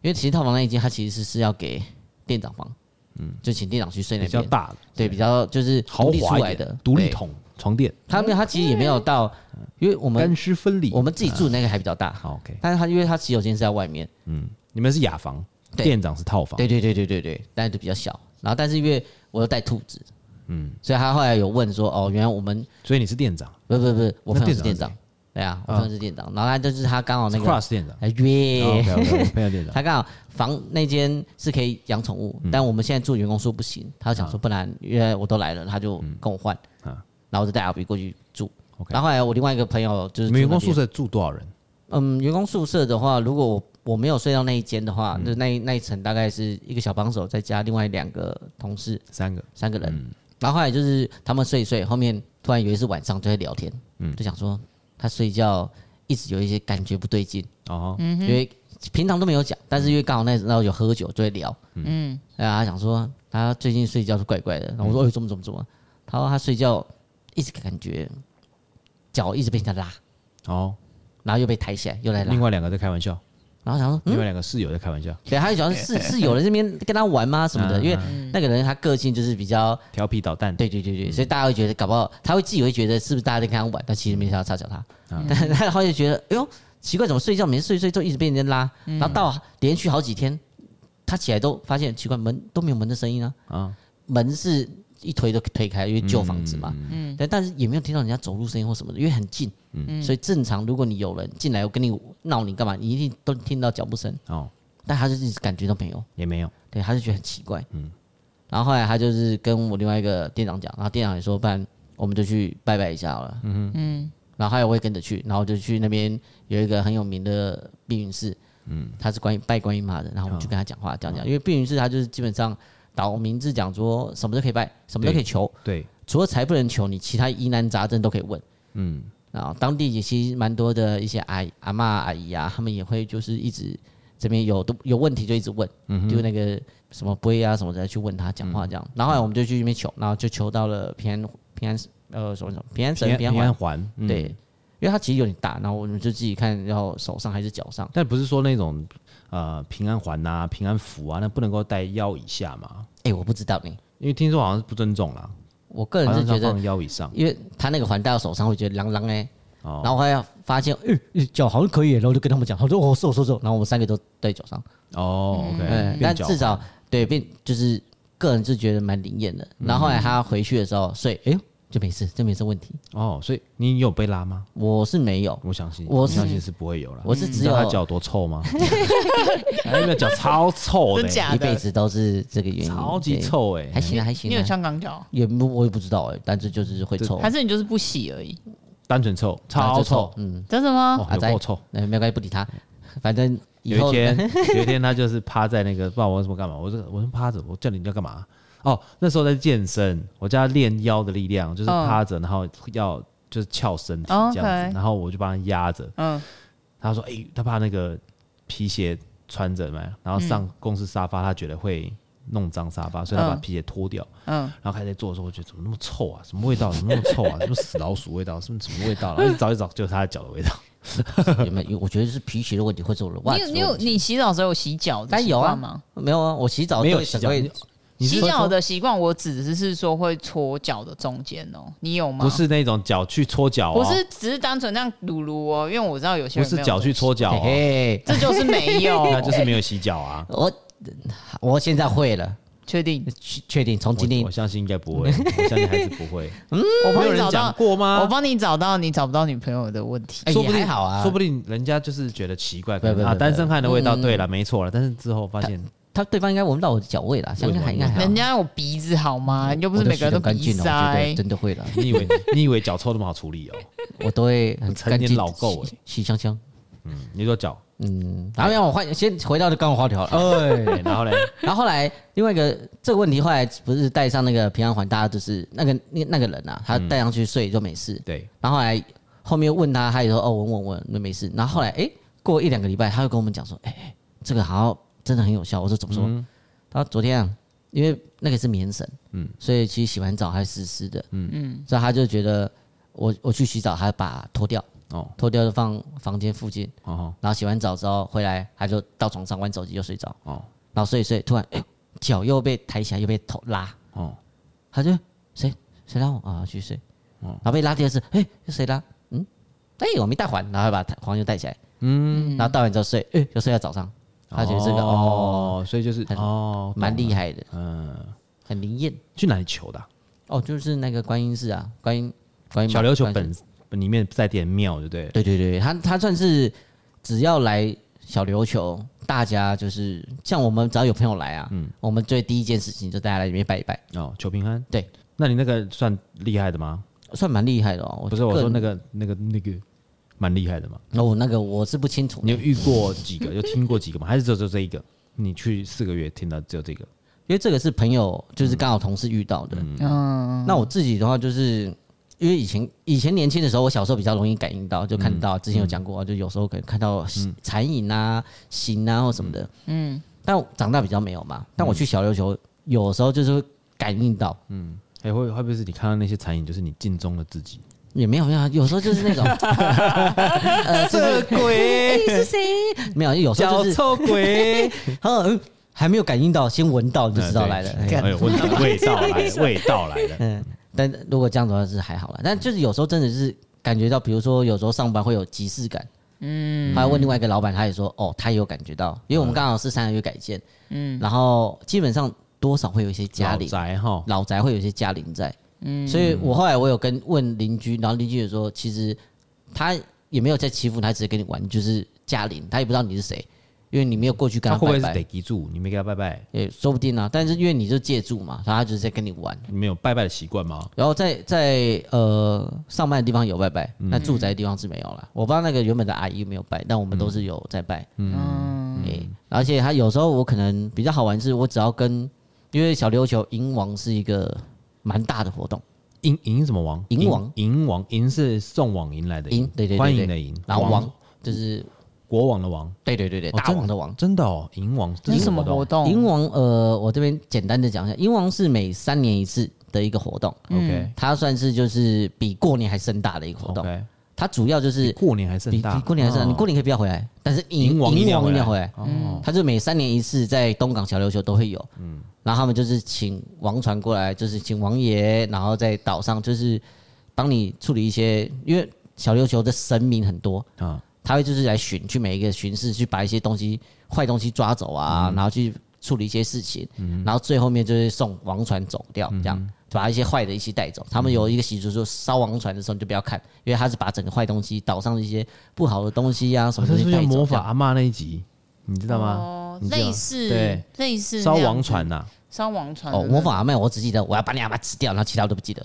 B: 因为其实套房那一间它其实是要给店长房，嗯，就请店长去睡那
A: 比较
B: 边，
A: 大的，
B: 对，比较就是
A: 豪
B: 独立出
A: 华
B: 来
A: 一
B: 的
A: 点，独立
B: 对
A: 桶，床垫，
B: 他没有，他其实也没有到，因为我们
A: 干湿分离。
B: 我们自己住的那个还比较大，
A: 好，OK，
B: 但是他因为他洗手间是在外面，
A: 你们是雅房，
B: 对
A: 店长是套房，
B: 对对对对对对，但是就比较小。然后但是因为我又带兔子，嗯，所以他后来有问说，哦，原来我们
A: 所以你是店长
B: 不是不是不是，我
A: 那
B: 朋友是
A: 店
B: 店
A: 长
B: 长，对啊，我朋友是店长。然后他就是他刚好那个
A: ，Cross 店长哦
B: 哎约，
A: ，OK，朋友店长，
B: 他刚好房那间是可以养宠物，但我们现在住员工说不行，他想说不然因为我都来了，他就跟我换，然后我就带阿比过去住。
A: OK
B: 然后后来我另外一个朋友就是
A: 你们员工
B: 住那边
A: 宿舍住多少人？
B: 嗯，员工宿舍的话，如果我我没有睡到那一间的话，就那一那一层大概是一个小帮手再加另外两个同事，
A: 三个，
B: 三个人。然后后来就是他们睡一睡，后面突然有一次晚上就在聊天，就想说他睡觉一直有一些感觉不对劲，
A: 哦，
B: 因为平常都没有讲，但是因为刚好那时候有喝酒就会聊，嗯，然后他想说他最近睡觉是怪怪的，然后我说哎怎么怎么怎么，他说他睡觉一直感觉脚一直被人家拉，
A: 哦，
B: 然后又被抬起来又来拉
A: 另，外两个在开玩笑，
B: 然后想说嗯
A: 另。外两个室友在开玩笑，
B: 对，他就想说 是是有人这边跟他玩吗什么的，
A: 嗯
B: 因为那个人他个性就是比较，
A: 调皮捣蛋，
B: 对对对对，所以大家会觉得搞不好他会自己会觉得是不是大家在跟他玩，但其实没想到插脚他，
A: 嗯
B: 但是他后来就觉得哎呦奇怪，怎么睡觉没睡睡就一直被人家拉，
A: 嗯
B: 然后到连续好几天，他起来都发现奇怪门都没有门的声音啊，
A: 啊，
B: 门是一推都推开，因为旧房子嘛，
A: 嗯
B: 但但是也没有听到人家走路声音或什么的，因为很近，
A: 嗯
B: 所以正常如果你有人进来我跟你闹你干嘛，你一定都听到脚步声，
A: 哦，
B: 但他就是一直感觉都没有。
A: 也没有，
B: 对，他就觉得很奇怪。嗯，然后后来他就是跟我另外一个店长讲，然后店长也说，不然我们就去拜拜一下好了。嗯嗯，然后后来我也跟着去，然后我就去那边有一个很有名的碧云寺，嗯，他是关于拜观音妈的，然后我们就跟他讲话讲讲，因为碧云寺他就是基本上导名字讲说什么都可以拜，什么都可以求，
A: 对，
B: 除了财不能求，你其他疑难杂症都可以问。
A: 嗯，
B: 然后当地也其实蛮多的一些阿姨阿嬷阿姨啊，他们也会就是一直这边有都有问题就一直问，
A: 嗯
B: 就那个什么龟啊什么的去问他讲话这样。然后后来我们就去那边求，然后就求到了平安平安呃什么什么平安神
A: 平安
B: 平安
A: 平安
B: 环
A: 环，嗯
B: 对，因为它其实有点大，然后我们就自己看要手上还是脚上。
A: 但不是说那种呃平安环呐、平安符啊，那不能够戴腰以下嘛，
B: 哎，我不知道你，
A: 因为听说好像是不尊重啦，
B: 我个
A: 好像
B: 人是
A: 是要
B: 觉得
A: 放，腰以上。
B: 因为他那个环戴到手上会觉得啷啷哎。
A: 哦
B: 然后后来发现，哎、哎脚好像可以，然后就跟他们讲，他说哦，是我是我是我，然后我们三个都戴脚上，
A: 哦
B: 嗯
A: ，OK，，
B: 但
A: 变脚
B: 至少对变就是个人是觉得蛮灵验的。
A: 嗯
B: 然后后来他回去的时候睡，哎呦就没事，就没什么问题。
A: 哦，所以你有被拉吗？
B: 我是没有，
A: 我相信，
B: 我是
A: 相信是不会有了。嗯
B: 我是
A: 你
B: 只
A: 知道
B: 有
A: 他脚多臭 吗？哎，那脚超臭的
C: 真假
A: 欸，
C: 的
B: 一辈子都是这个原因，
A: 超级
B: 对，
A: 臭哎
B: 还，行啊还行
C: 你有
B: 啊，
C: 香港脚，
B: 也不我也不知道哎，但是就是会
A: 哦
B: 臭，
C: 还是你就是不洗而已？
A: 单纯臭，
B: 然后
A: 超
B: 就
A: 臭，
B: 嗯，
C: 真的吗？
A: 哦，
B: 阿
A: 有
B: 仔
A: 够臭。
B: 那没有关系，不理他，反正以
A: 有
B: 后
A: 一天， 有一天他就是趴在那个，不知道我怎么干嘛，我说我说趴着，我叫你要干嘛？哦，那时候在健身，我叫他练腰的力量，就是
C: 嗯
A: 趴着，然后要就是翘身体
C: 哦
A: 这样子，
C: OK
A: 然后我就帮他压着。
C: 嗯，
A: 他说：“哎、他怕那个皮鞋穿着嘛，然后上公司沙发，他觉得会弄脏沙发，所以他把
C: 嗯
A: 皮鞋脱掉。
C: 嗯，
A: 然后开始在做的时候，我觉得怎么那么臭啊，什么味道，怎么那么臭啊，什么死老鼠味道，什么什么味道？然后一找一找，就是他的脚的味道。
B: 有没有？我觉得是皮鞋的问题，或者我的袜
C: 你
B: 子
C: 有
B: 的
C: 你有
B: 问题
C: 你洗澡的时候有洗脚的
B: 但
C: 习
B: 有啊
C: 惯吗？
B: 没有啊？我洗澡
A: 没有
B: 对
A: 洗
B: 整
A: 脚
B: 个
A: 你哎你是
C: 洗
A: 说
C: 脚的习惯，我指的是说会搓脚的中间哦，你有吗？
A: 不，是那种脚去搓脚、哦，
C: 不是，只是单纯这样撸撸哦，因为我知道有些
A: 不
C: 人
A: 是
C: 没有
A: 脚去搓脚、
B: 嘿
A: 哦，
B: 嘿，
C: 这种习惯，这就是没有，
A: 那就是没有洗脚啊。
B: 我我现在会了，
C: 确定。
B: 确确定从
A: 我
B: 今天
A: 我相信应该不会，我相信还是不会。
C: 我
A: 没有
C: 帮你
A: 人
C: 找
A: 讲
C: 到，
A: 过
C: 我
A: 吗？
C: 帮你找到你找不到女朋友的问题。
B: 哎
A: 说不
B: 也
A: 定
B: 还好啊，
A: 说不定人家就是觉得奇怪，
B: 不
A: 可能
B: 不
A: 啊，
B: 不
A: 单身
B: 不
A: 汉的味道，对了，没错了。但是之后发现
B: 他对方应该闻不到我的脚味啦，相信还应该还好。
C: 人家有鼻子好吗？又不是每个人都
B: 我的
C: 鼻
B: 水
A: 哦
B: 都干净哦了，我觉得
C: 塞。
B: 真的会了，
A: 你以为 你以为脚臭那么好处理哦？
B: 我都会很
A: 成
B: 干
A: 年
B: 净
A: 老垢欸
B: 洗洗香香。
A: 你说脚，
B: 嗯，然后让我换，先回到这刚我话题好了。呃
A: 哎，然后嘞，
B: 然后后来另外一个这个问题，后来不是戴上那个平安环，大家就是那个那那个人啊，他戴上去睡就没事。
A: 对，
B: 然后后来后面问他，他也说哦闻闻闻，那没事。然后后来哎、过一两个礼拜，他又跟我们讲说，哎、哎这个好像真的很有效。我说怎么说？他说昨天啊，因为那个是棉绳，嗯，所以其实洗完澡还湿湿的，嗯嗯，所以他就觉得我我去洗澡，他把脱掉，
A: 哦
B: 脱掉就放房间附近，
A: 哦
B: 然后洗完澡之后回来，他就到床上玩手机就睡着，
A: 哦
B: 然后睡一睡，突然哎脚、又被抬起来，又被头拉，
A: 哦，
B: 他就谁谁拉我啊去睡，然后被拉第二次，哎、是谁拉？嗯，哎、我没带环，然后还把黄油带起来，嗯，然后带完之后睡，哎、就睡到早上，他觉得这个哦，
A: 哦，所以就是
B: 很
A: 哦，
B: 蛮厉害的，
A: 嗯，
B: 很灵验。
A: 去哪里求的啊、
B: 哦，就是那个观音寺啊，观音观音
A: 小琉球
B: 观音
A: 本本里面在点庙，对不对？
B: 对对对，他他算是只要来小琉球，大家就是像我们只要有朋友来啊，
A: 嗯
B: 我们最第一件事情就大家来里面拜一拜，
A: 哦，求平安。
B: 对，
A: 那你那个算厉害的吗？
B: 算蛮厉害的哦。
A: 不是，我说那
B: 个
A: 个那个那个蛮厉害的嘛。
B: 人，哦，那个我是不清楚，
A: 你有遇过几 个？有听过几个吗？还是只有只有这一个？你去四个月听到只有这个？
B: 因为这个是朋友，就是刚好同事遇到的。
C: 嗯，
B: 那我自己的话，就是因为以前以前年轻的时候，我小时候比较容易感应到，就看到、之前有讲过，就有时候可能看到残影啊、形啊或什么的。嗯，但我长大比较没有嘛。但我去小琉球，有时候就是会感应到，
A: 哎、会会不会是你看到那些残影，就是你镜中的自 己？
B: 也没有没有，有时候就是那种呃，就是
A: 鬼，
B: 是谁？没有，有时候就是
A: 臭 鬼，
B: 嗯，还没有感应到，先闻到就知道来了。哎
A: 哎呦，味道味道来 了，味道来了。
B: 嗯，但如果这样子的话是还好了，但就是有时候真的是感觉到，比如说有时候上班会有即视感。嗯，还问另外一个老板，他也说，哦，他也有感觉到，因为我们刚好是三个月改建，嗯，然后基本上多少会有一些家
A: 老
B: 里
A: 宅哈，
B: 老宅会有一些家邻在，嗯，所以我后来我有跟问邻居，然后邻居也说，其实他也没有在欺负你，他只是跟你玩，就是家邻，他也不知道你是谁，因为你没有过去跟
A: 他
B: 他
A: 会不会
B: 拜
A: 是
B: 拜，
A: 得记住？你没给他拜拜，
B: 也说不定啊。但是因为你就借住嘛，然后他就是在跟你玩。
A: 你没有拜拜的习惯吗？
B: 然后在在呃上班的地方有拜拜，
A: 嗯
B: 那住宅的地方是没有了。我不知道那个原本的阿姨有没有拜，但我们都是有在拜。嗯，而且他有时候我可能比较好玩是，我只要跟因为小琉球迎王是一个蛮大的活动，
A: 迎迎什么王？
B: 迎王
A: 迎王迎是送往迎来的
B: 迎对对对
A: 欢
B: 对
A: 迎的迎，
B: 然后王就是
A: 国王的王，
B: 对对对对
A: 哦
B: 大王的王。
A: 真的哦，迎王这
C: 那
A: 是
C: 什么活
A: 活动
C: 动？
B: 迎王呃，我这边简单的讲一下，迎王是每三年一次的一个活动，
A: ？OK
B: 它算是就是比过年还盛大的一个活动。
A: OK，
B: 它主要就是
A: 比过年还盛
B: 比
A: 大，
B: 比过年还是、
A: 哦
B: 你过年可以不要回来，但是迎
A: 迎王一定要
B: 王一定要
A: 回
B: 回来。
A: 哦，
B: 他就每三年一次在东港小琉球都会有，嗯，然后他们就是请王船过来，就是请王爷，然后在岛上就是帮你处理一些，因为小琉球的神明很多，
A: 啊，
B: 他会就是来巡，去每一个巡视，去把一些东西坏东西抓走
A: 嗯
B: 啊，然后去处理一些事情，然后最后面就是送王船走掉，这
A: 嗯
B: 样把一些坏的一起带走。他们有一个习俗说，烧王船的时候你就不要看，因为他是把整个坏东西岛上的一些不好的东西啊什
A: 我
B: 么
A: 哦这
B: 东
A: 是不是
B: 西带
A: 像
B: 走。
A: 魔
B: 这
A: 法
B: 样
A: 阿嬷那一集？你知道吗
C: 哦？
A: 你知道
C: 类似
A: 对
C: 类似
A: 烧
C: 那样
A: 王
C: 子
A: 船呐，啊
C: 烧王船
B: 哦，
C: 的
B: 魔法阿妹，我只记得我要把你阿妈吃掉，然后其他我都不记得。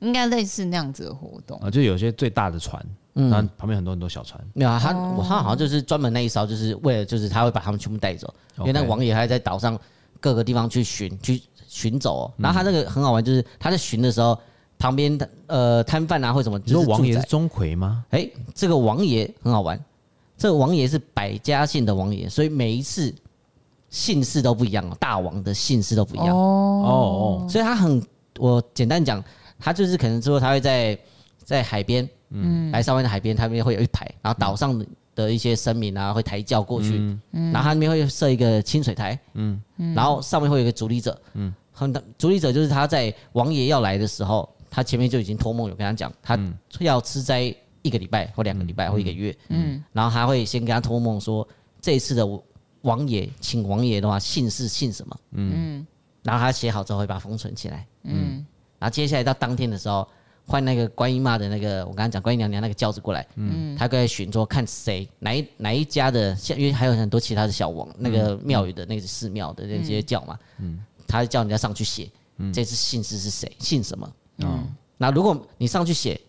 C: 应该类似那样子的活动。
A: 啊，就有些最大的船，
B: 嗯
A: 然后旁边很多很多小船，
B: 没有啊，他
A: 哦
B: 我他好像就是专门那一艘，就是为了就是他会把他们全部带走，因为那个
A: OK
B: 王爷还在岛上各个地方去巡去巡
A: 嗯
B: 走哦、然后他那个很好玩，就是他在巡的时候，旁边的呃摊贩啊或什么，
A: 你
B: 就
A: 说
B: 是
A: 王
B: 住
A: 爷是
B: 宅。
A: 钟馗吗？
B: 哎、这个王爷很好玩，这个王爷是百家姓的王爷，所以每一次姓氏都不一样哦，大王的姓氏都不一样。
A: 哦哦，
B: 所以他很，我简单讲，他就是可能之后他会在在海边，嗯，来上湾的海边，他们会有一排，然后岛上的一些神明啊会抬轿过去，然后他那边会设一个清水台，嗯，然后上面会有一个主理者，嗯，很主理者就是他在王爷要来的时候，他前面就已经托梦有跟他讲，他要吃斋一个礼拜或两个礼拜或一个月，嗯，然后他会先跟他托梦说这一次的王爷，请王爷的话姓氏姓什么，嗯，然后他写好之后会把它封存起来，嗯，然后接下来到当天的时候。换那个观音妈的那个，我刚刚讲观音娘娘那个轿子过来，嗯，他过来巡桌，看谁哪一哪一家的，像因为还有很多其他的小王那个庙宇的那个寺庙的那些教嘛，
A: 嗯
B: 他叫人家上去写，这次姓氏是谁，姓什么。
A: 哦
B: 嗯，那如果你上去写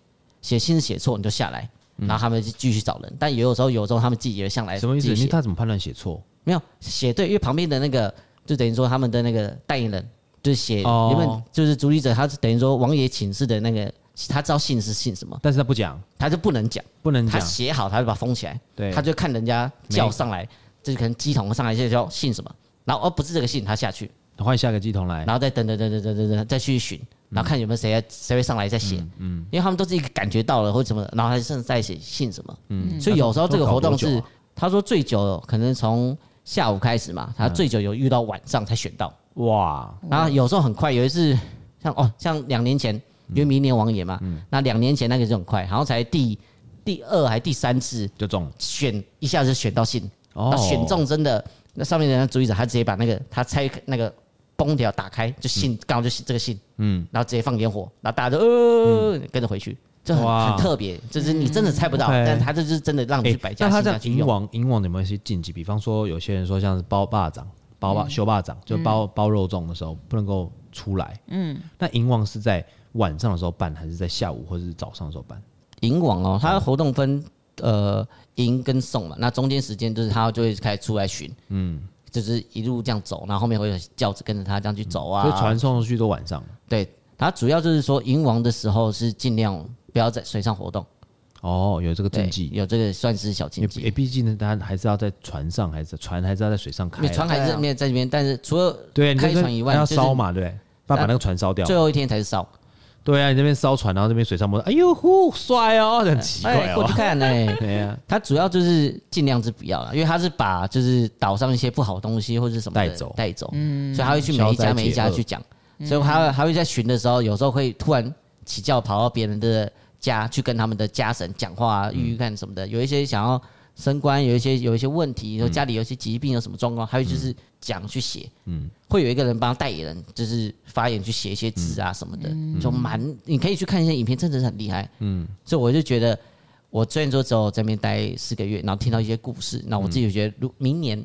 B: 写姓氏写错，你就下来，然后他们就继续找人。但也有时候有时候他们自己也上
A: 嗯
B: 来
A: 哦什么意思？
B: 自己
A: 你
B: 写
A: 他怎么判断写错？
B: 没有写对，因为旁边的那个就等于说他们的那个代言人就是写
A: 哦
B: 原本就是主理者，他是等于说王爷请示的那个，他知道姓是姓什么，
A: 但是他不讲，
B: 他就不能讲，
A: 不能
B: 他
A: 讲，
B: 写好他就把它封起来。
A: 嗯对，
B: 他就看人家叫上来，就是可能鸡桶上来就叫姓什么，然后哦不是这个姓，他下去，
A: 换下个鸡桶来，
B: 然后再等等等等等等等，再去寻，然后看有没有谁谁会上来再写，嗯，因为他们都自己感觉到了或者什么，然后还剩再写信什么，嗯，所以有时候这个活动
A: 都搞多
B: 是
A: 久啊
B: 他说最久可能从下午开始嘛，他最久有遇到晚上才选到，
A: 哇，
B: 然后有时候很快，有一次像哦像两年前因为明年网演嘛。那两年前那个就很快，好像才第第二还第三次
A: 就中了。
B: 选一下就选到信，
A: 哦
B: 那选中真的，那上面的人主意者他直接把那个他拆那个封条打开，就信刚好就是这个信，嗯，然后直接放烟火，然后大家就呃跟着回去，这很
A: 嗯哇
B: 很特别，就是你真的猜不到，
A: OK
B: 但他这就是真的让你
A: 哎
B: 去摆
A: 那
B: 家
A: 他
B: 信
A: 这
B: 下
A: 样
B: 去
A: 银
B: 用。
A: 网银网有没有一些禁忌？比方说，有些人说像是包霸掌、包
B: 嗯
A: 霸修霸掌，就包包肉粽的时候不能够出来。嗯，那银网是在晚上的时候办，还是在下午或者是早上的时候办？
B: 银网
A: 嗯
B: 哦，它的活动分呃银跟送嘛，那中间时间就是他就会开始出来巡，嗯，就是一路这样走，然后后面会有轿子跟着他这样去走啊，
A: 嗯所以传送出去都晚上。
B: 对，它主要就是说迎王的时候是尽量不要在水上活动，
A: 哦，有这个
B: 对
A: 禁忌。
B: 有这个算是小
A: 也
B: 禁
A: 也
B: 忌。
A: 毕竟呢，大家还是要在船上，还是船还是要在水上开
B: 你
A: 啊。
B: 船还
C: 对
B: 是
C: 啊
B: 没有在这边，但是除了
A: 对，你这
B: 开
A: 个
B: 船以外，
A: 要
B: 就是
A: 烧嘛，对不对？把把
B: 啊
A: 那个船烧掉
B: 最。后一天才是烧。
A: 对啊，你这边烧船，然后这边水上摩托，哎呦呼，帅哦，很奇怪
B: 哎，过
A: 哦
B: 去。看呢、
A: 对啊呀，
B: 它主要就是尽量是不要了，因为它是把就是岛上一些不好的东西或者什么的
A: 带走
B: 带走，
C: 嗯
B: 所以他会去每
A: 消
B: 一
A: 灾
B: 家每一家
A: 解厄嗯
B: 去讲，所以他还会在巡的时候，有时候会突然起轿跑到别人的家去跟他们的家神讲
A: 嗯
B: 话、啊、预预看什么的，有一些想要升官，有一些有一些问
A: 嗯
B: 题，有家里有一些疾病有什么状况，还有就是讲去写，嗯，会有一个人帮他代言人，就是发言去写一些字
A: 嗯
B: 啊什么的，就蛮你可以去看一些影片，真的是很厉害，嗯，所以我就觉得。我虽然说只有在那边待四个月，然后听到一些故事，那我自己觉得，如明年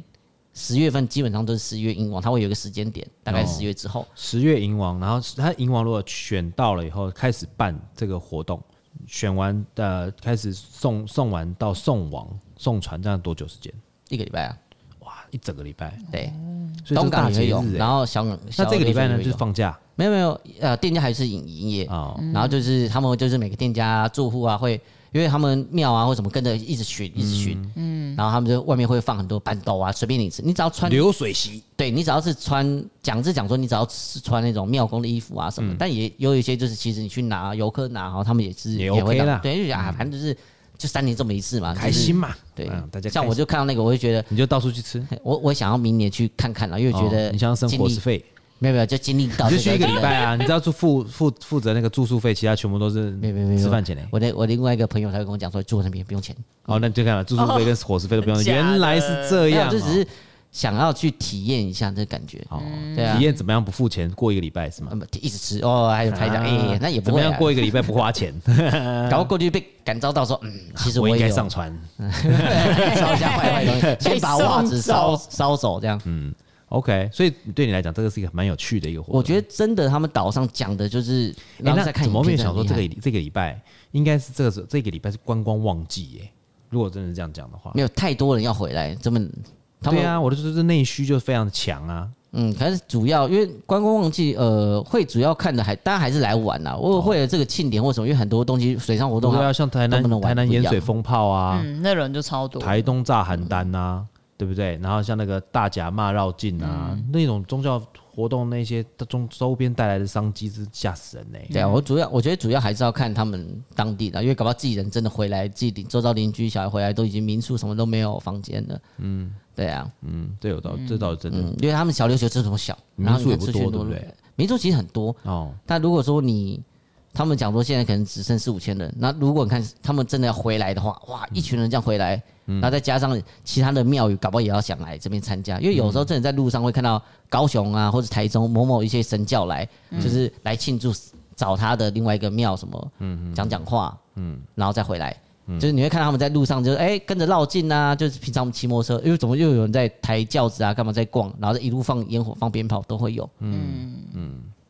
B: 十月份基本上都是十月英王，它会有一个时间点，大概
A: 哦
B: 十月之后。
A: 十月银王，然后他银王如果选到了以后，开始办这个活动，选完呃开始送送完到送王送船，这样多久时间？
B: 一个礼拜啊，
A: 哇，一整个礼拜，
B: 对，
A: 哦所以这
B: 东
A: 个大
B: 港也
A: 节
B: 会
A: 日
B: 有，
A: 欸。
B: 然后小港，
A: 那
B: 小
A: 这个礼拜呢
B: 琉球也会
A: 就
B: 有
A: 是放假
B: 没有没有，呃，店家还是营营业，
A: 哦，
B: 然后就是他们就是每个店家啊住户啊会，因为他们庙啊或什么跟着一直巡一直巡，嗯，然后他们就外面会放很多板豆啊，随便你吃，你只要穿
A: 流水席
B: 对你只要是穿讲是讲说你只要是穿那种庙公的衣服啊什
A: 嗯
B: 么，但也有一些就是其实你去拿游客拿，然后他们也是
A: 也
B: 会
A: OK
B: 拿
A: 啦嗯
B: 对，就觉得啊，反正就是就三年这么一次嘛，
A: 开
B: 就是
A: 心嘛，
B: 对
A: 嗯，大家
B: 像
A: 开
B: 我
A: 心
B: 就看到那个，我会觉得
A: 你就到处去吃，
B: 我我想要明年去看看了，因为觉
A: 哦
B: 得
A: 你想要生
B: 经
A: 伙
B: 历
A: 食费，
B: 没有没有就经历到
A: 你就
B: 这
A: 去一个
B: 这
A: 礼拜 啊，你只要住负负负责那个住宿费，其他全部都是
B: 没有没有没有
A: 吃饭钱嘞。
B: 我的我另外一个朋友他会跟我讲说住我那边不用钱，
A: 哦，那你就看了住宿费跟伙食费都不用，
C: 真假的
A: 原来是这
B: 没有
A: 样哦，
B: 就只是想要去体验一下这个感觉，
A: 哦，
B: 对啊
A: 体验怎么样不付钱过一个礼拜是吗？
B: 那么一直吃哦，还有拍照，哎，那也不
A: 怎么
B: 会啊
A: 样过一个礼拜不花钱，
B: 搞不过去被感召到说，嗯， 其实
A: 啊我应
B: 也
A: 该
B: 有
A: 上船。
B: 烧一下坏坏的东 西，先把袜子烧烧走这样。
A: 嗯 OK，所以对你来讲，这个是一个蛮有趣的一个活动。
B: 我觉得真的，他们岛上讲的就是，
A: 诶
B: 然后
A: 哎那
B: 再看
A: 怎么
B: 影
A: 没有
B: 片，
A: 想说这
B: 很
A: 个
B: 厉害
A: 这个礼拜应该是这个时候这个礼拜是观光旺季耶？如果真的是这样讲的话，
B: 没有太多人要回来，这么他
A: 对
B: 们
A: 啊，我的就是内需就非常强啊。
B: 嗯，可是主要因为观光旺季，呃，会主要看的还大家还是来玩啦。我为了这个庆典或什么，因为很多东西水上活
A: 如
B: 动
A: 果哦
B: 啊
A: 要，像台
B: 都不
A: 南
B: 能玩
A: 台南
B: 不一
A: 盐
B: 样
A: 水风炮啊，
C: 嗯，那人就超多。
A: 台东炸邯郸啊，对不对？然后像那个大甲骂绕境啊，
B: 嗯
A: 那种宗教活动那些它中周边带来的商机是嗯吓死人呢。
B: 对啊，我主要我觉得主要还是要看他们当地的，因为搞不好自己人真的回来，自己邻周遭邻居小孩回来都已经民宿什么都没有房间了。嗯，对啊，
A: 嗯，这有道，这倒是真的
B: 嗯，因为他们小琉球这种小，
A: 民
B: 然后
A: 宿
B: 你
A: 也
B: 看
A: 不
B: 出
A: 多
B: 去很
A: 对不
B: 人
A: 对？
B: 民宿其实很多，
A: 哦。
B: 但如果说你他们讲说现在可能只剩四五千人，那如果你看他们真的要回来的话，哇，一群人这样回来，然后再加上其他的庙宇，搞不好也要想来这边参加，因为有时候真的在路上会看到高雄啊或者台中某某一些神教来，就是来庆祝找他的另外一个庙什么，讲讲话，嗯，然后再回来。就是你会看到他们在路上，就是哎、跟着绕境啊，就是平常我们骑摩托车，因为怎么又有人在抬轿子啊，干嘛在逛，然后一路放烟火、放鞭炮都会有。